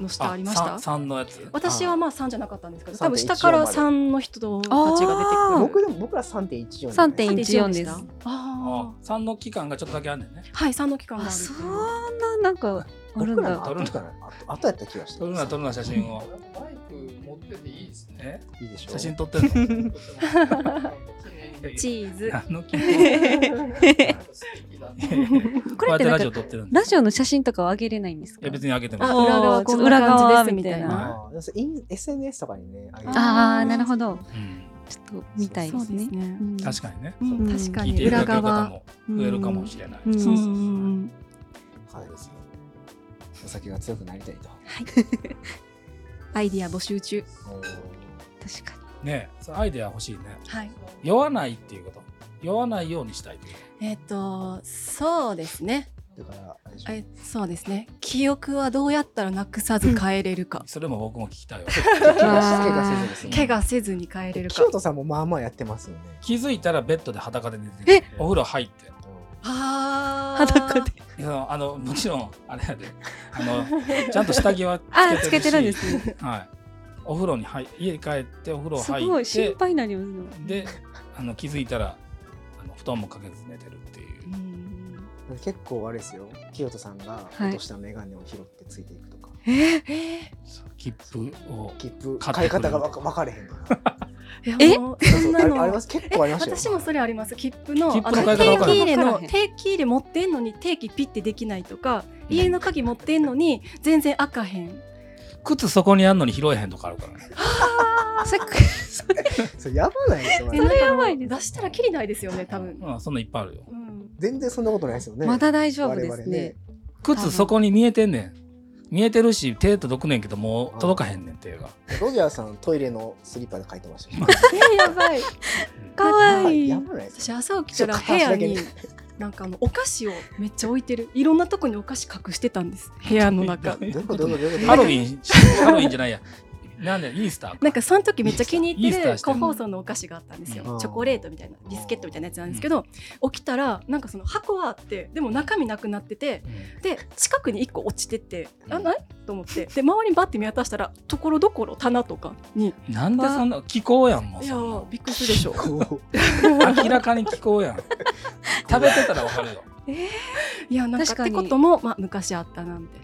S5: の下ありました
S3: 三三のやつ
S5: 私はまあ3じゃなかったんですけど
S1: 3.14
S5: 多分下から3の人たちが
S4: あ
S5: 出てく
S1: 僕でも僕ら3.14
S4: 三
S1: じゃない
S4: 点
S5: る
S4: 一四です。
S5: あ
S4: あ
S5: あ
S3: あ三の期間がちょっとだけあんねんね
S5: ーはい3の期間がある
S4: そんななんかあるん
S1: 僕らの
S4: だ。
S1: 後かなあとやった気がして
S3: 撮るな撮るな写真を
S6: バイク持っててい いですね。
S3: え
S1: いいでしょう
S3: 写真撮ってんの
S5: チーズ
S3: 何の期こ
S4: こ
S3: うや
S4: れっててなん
S3: っラジオ
S4: か
S3: 撮ってるんで
S4: ラジオの写真とかは上げれないんです
S3: い
S4: か
S3: や？別にあげても
S5: あ
S4: おー
S5: 裏側こんな
S4: 裏側
S5: 感じですみたい
S4: みたい
S5: な
S4: な
S1: あー要するにイン SNS とかにねあげる
S4: ああなるほど。
S3: うん
S4: ちょっと見たいで
S5: そう
S4: す
S5: です
S4: ね。
S5: ね
S4: うん
S3: 確かにね
S5: うん
S4: うん
S5: 確か
S3: 聞い
S5: に
S3: ていただけ
S5: 裏
S3: る方
S5: 側
S3: も増えるかもしれない
S4: うん
S5: そううんそうそう
S1: はいですよお酒が強くなりたいと
S5: アイディア募集中
S4: 確かに。
S3: ねえそうアイデア欲しいね
S5: はい
S3: 酔わないっていうこと酔わないようにしたいっていう
S5: えっとそうですね
S1: だからあれでしょ
S5: えそうですね記憶はどうやったらなくさず帰れるか
S3: それも僕も聞きたいわ
S1: 怪我し怪我せずですね
S5: 怪我せずに帰れるか
S1: 清人さんもまあまあやってますよね
S3: 気づいたらベッドで裸で寝てるお風呂入って
S5: あー
S4: 裸で。
S3: いやあのもちろんあれやであの ちゃんと下着は
S4: あ
S3: つ
S4: つ
S3: け
S4: け
S3: て
S4: て
S3: る
S4: る
S3: し
S4: んですね。
S3: はいお風呂に入家に帰ってお風呂
S4: す
S3: 入
S4: ご
S3: っ
S4: い心
S3: て
S4: 配になりますね。
S3: であの気づいたらあの布団もかけず寝てるっていう
S5: う。ん
S1: 結構あれですよ清人さんが
S4: はい
S1: 落とした眼鏡を拾ってついていくとか、
S3: そう切符を
S1: 切符
S3: 買
S1: 買
S3: っ
S1: い
S3: てくれる
S1: 方が分か分かれへんから
S5: えもうそんな
S1: あれあり
S5: の
S1: ます結構ありましたよ
S5: 私もそれあります切符の
S3: 切符の
S5: あの
S3: 買い方
S5: 定
S3: わかんな
S5: 期
S3: い
S5: 入れの
S4: わからへん
S5: 定期入れ持ってんのに定期ピッてできないとか家の鍵持ってんのに全然開かへん
S3: 靴そこにあんのに拾えへんとかあるからね。
S4: それ
S1: それやばないですよ
S5: え
S1: マジで
S5: やばい出したらきりないですよね多分、
S3: うん、そんなんいっぱいあるよ。
S5: うん、
S1: 全然そんなことないですよね
S4: まだ大丈夫ですね。
S3: 靴そこに見えてんねん。見えてるし手届くねんけどもう届かへんねんっていうか。
S1: 我々ねロジャーさんトイレのスリッパで書いてましたよ
S5: えやばい
S4: かわいい。
S1: やばないです
S5: 私朝起きたら部屋になんかあのお菓子をめっちゃ置いてるいろんなとこにお菓子隠してたんです部屋 の中
S1: どういうことどういうことどういうこ
S3: ハロ
S1: と
S3: ウィン、ハロウィンじゃないや。なんだよ、イースターか。
S5: なんかその時めっちゃ気に
S3: い
S5: 入っ
S3: い
S5: て
S3: スター
S5: る
S3: してる
S5: 個包装のお菓子があったんですよ、
S1: うん
S5: チョコレートみたいなビスケットみたいなやつなんですけど、起きたらなんかその箱はあってでも中身なくなってて
S3: うん
S5: で近くに1個落ちてって
S3: う
S5: あ
S3: ん
S5: ないと思ってで周りにバッて見渡したらところどころ棚とかに
S3: なんでそんな、気候やん、もう
S5: いや
S3: そん
S5: ーびっくりするでしょ
S1: こう
S3: なん。明らかに気候やん。食べてたらわかるよ。
S5: いやなんか
S4: 確
S5: っ
S4: かに
S5: てことも、まあ、昔あったなんて、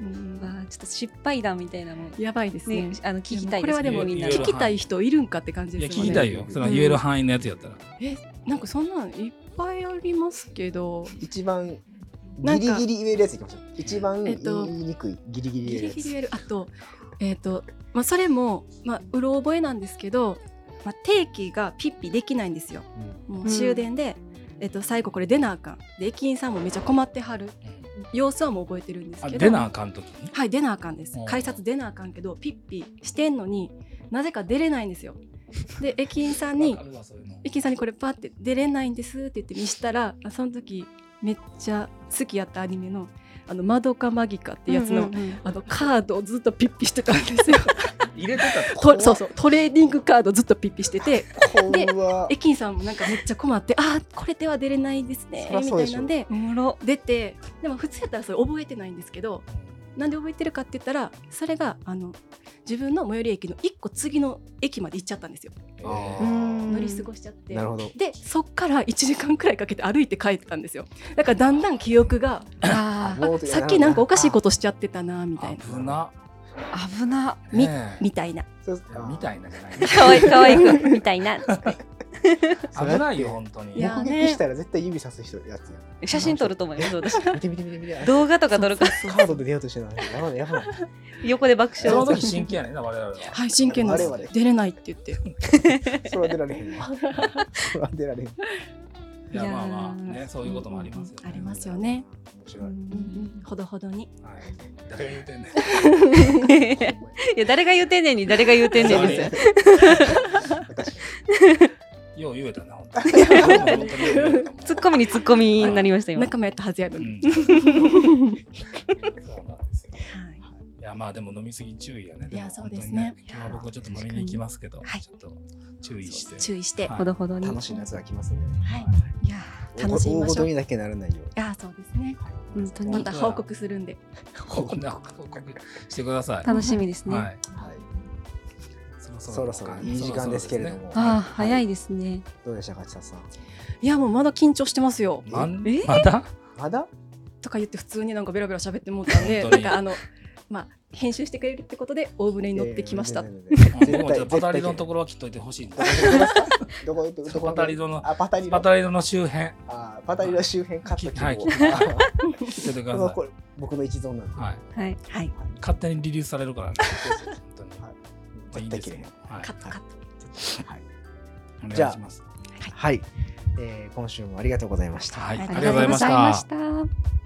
S5: うん
S4: わあちょっと失敗談みたいなもん。
S5: やばいですね
S4: ね、あの聞きたい
S5: こ
S4: で
S5: れ
S4: す
S5: はで
S4: ね。
S5: も
S4: みんな。
S5: 聞きたい人いるんかって感じ
S3: いや、
S5: ですよ
S3: 聞
S5: ね
S3: きたいよ。その言える範囲のやつやったら。
S5: えなんかそんなんいっぱいありますけど
S1: 一番
S5: なん
S1: ギ
S5: か
S1: リギリ言えるやついきましょう一番
S5: え
S1: 言
S5: っと
S1: いにくいギリギリ
S5: ギ
S1: 言える
S5: リ
S1: や
S5: ギ
S1: つ
S5: リやるあとえっ、とまあそれもまあうろ覚えなんですけど、まあ、定期がピッピできないんですよもう終電で、えっと最後これ出なあかんで駅員さんもめちゃ困ってはる様子はもう覚えてるんです
S3: あ、
S5: けど
S3: 出なあかんとき。
S5: はい出なあかんです
S3: うん
S5: 改札出なあかんけどピッピしてんのになぜか出れないんですよで駅員さんに
S3: わかるわそういうの
S5: 駅員さんにこれパって出れないんですって言って見したらあその時めっちゃ好きやったアニメの「あのマドカマギカ」ってやつの,、
S2: うんうんうん
S5: あのカードをずっとピッピしてたんですよ
S3: 入れてたって
S5: とそうそうトレーディングカードずっとピッピしててで
S1: 怖っ
S5: 駅員さんもなんかめっちゃ困って「あーこれでは出れないですね」
S1: そりゃ
S5: み
S1: そう
S5: た
S1: で
S5: い
S1: し
S5: な
S1: ょ
S5: んで
S4: おもろ。
S5: 出てでも普通やったらそれ覚えてないんですけどなんで覚えてるかって言ったらそれがあの自分の最寄り駅の一個次の駅まで行っちゃったんですよ
S1: あ
S2: うん
S1: ー
S5: 乗り過ごしちゃって。
S1: なるほど
S5: でそっから1時間くらいかけて歩いて帰ってたんですよだからだんだん記憶が
S4: あ
S1: もう
S5: さっきなんかおかしいこととしちゃってたなみたいな
S3: 危な。
S4: あ危な。
S5: み
S3: ねえ
S5: みたいな
S1: そう
S3: いやみ
S1: い
S3: たいなじゃ ない。
S4: 可愛い可愛いみたいな。
S3: 危ないよ、本当に。
S5: いや
S1: 目撃したら絶対指さす人やつ や
S4: 写真撮ると思います私。
S1: 見て見て見て見て
S4: 動画とか撮るか
S1: カードで出ようとしてるのやばないやばない
S4: 横で爆
S3: その
S4: 笑。
S3: 時真剣やねんな、我々は。
S5: はい真剣なんです
S1: 我々
S5: 出れないって言って
S1: それは出られへんわそれは出られへん
S3: いや、
S4: いやー
S3: まあまあ、ね、そういうこともありますよ
S5: うんあり
S3: ね。
S5: ますよね
S1: 面白い
S5: ほどほどに
S3: はい誰が言うてんねん。
S4: いや誰が言うてんねんに誰が言うてんねんですよ。
S3: よう言えたね、本 当に。本当によう言えたもん
S4: ツッコミにツッコミになりました今。
S5: 仲間やったはずやの
S3: う
S5: に、
S3: んそうなんですよ
S5: はい
S3: いや、まあでも飲みすぎ注意やね。
S5: いや
S3: も
S5: そうですね
S3: 本当に今日は僕ちょっと飲みに行きますけど、
S5: はい
S3: ちょっと注意して。
S5: 注意して
S3: は
S4: ほどほどに。
S1: 楽しい夏が来ますね
S5: はいいやー楽しみ
S1: 大
S5: ま
S1: ご
S5: しょ
S1: と
S5: うい
S1: にだけならないように
S5: やーそうですね
S4: 本当
S5: ま
S4: に
S5: た報告するんで
S3: こんな報告してください。
S4: 楽しみですね。
S3: はい。
S1: はい
S3: そろ
S1: そろそろいい時間ですけれども
S4: ああ早いですね。
S1: どうでしたか千里さん
S5: いやもうまだ緊張してますよ
S3: まん
S4: え
S3: まだ
S1: まだ
S5: とか言って普通になんかベラベラ喋ってもうたんで
S3: 本
S5: な
S3: 当
S5: ん
S3: に
S5: かあのまあ編集してくれるってことで大船に乗ってきました、
S1: えー全然全然
S3: 僕もちょっとパタリドのと
S1: どこ
S3: ころは切っといてほしいんで
S1: どこどこ
S3: す。
S1: どこどこ
S3: パタリドの
S1: あパタリ
S3: パ
S1: ド
S3: タリドの周辺
S1: あパタリド周辺カット切
S3: はい
S1: る
S3: 切っといてく
S1: あ
S3: だ
S1: ー
S3: さ
S1: これ 僕の一存なんで
S3: い。はい。
S4: はい。
S5: はい
S3: 勝手にリリースされるからね。本当に。まあいい
S1: 絶
S3: ん
S1: 対切れ
S3: です
S1: へん
S3: けど。はい
S5: カットカット
S1: はい
S3: お
S1: じゃ
S3: 願
S1: あ
S3: いします。
S1: はい、えー今週もありがとうございました
S3: はい。あ
S4: あ
S3: り
S4: りが
S3: がと
S4: と
S3: う
S4: う
S3: ございま
S4: ご
S3: し
S4: ざいま
S3: た
S4: し。た。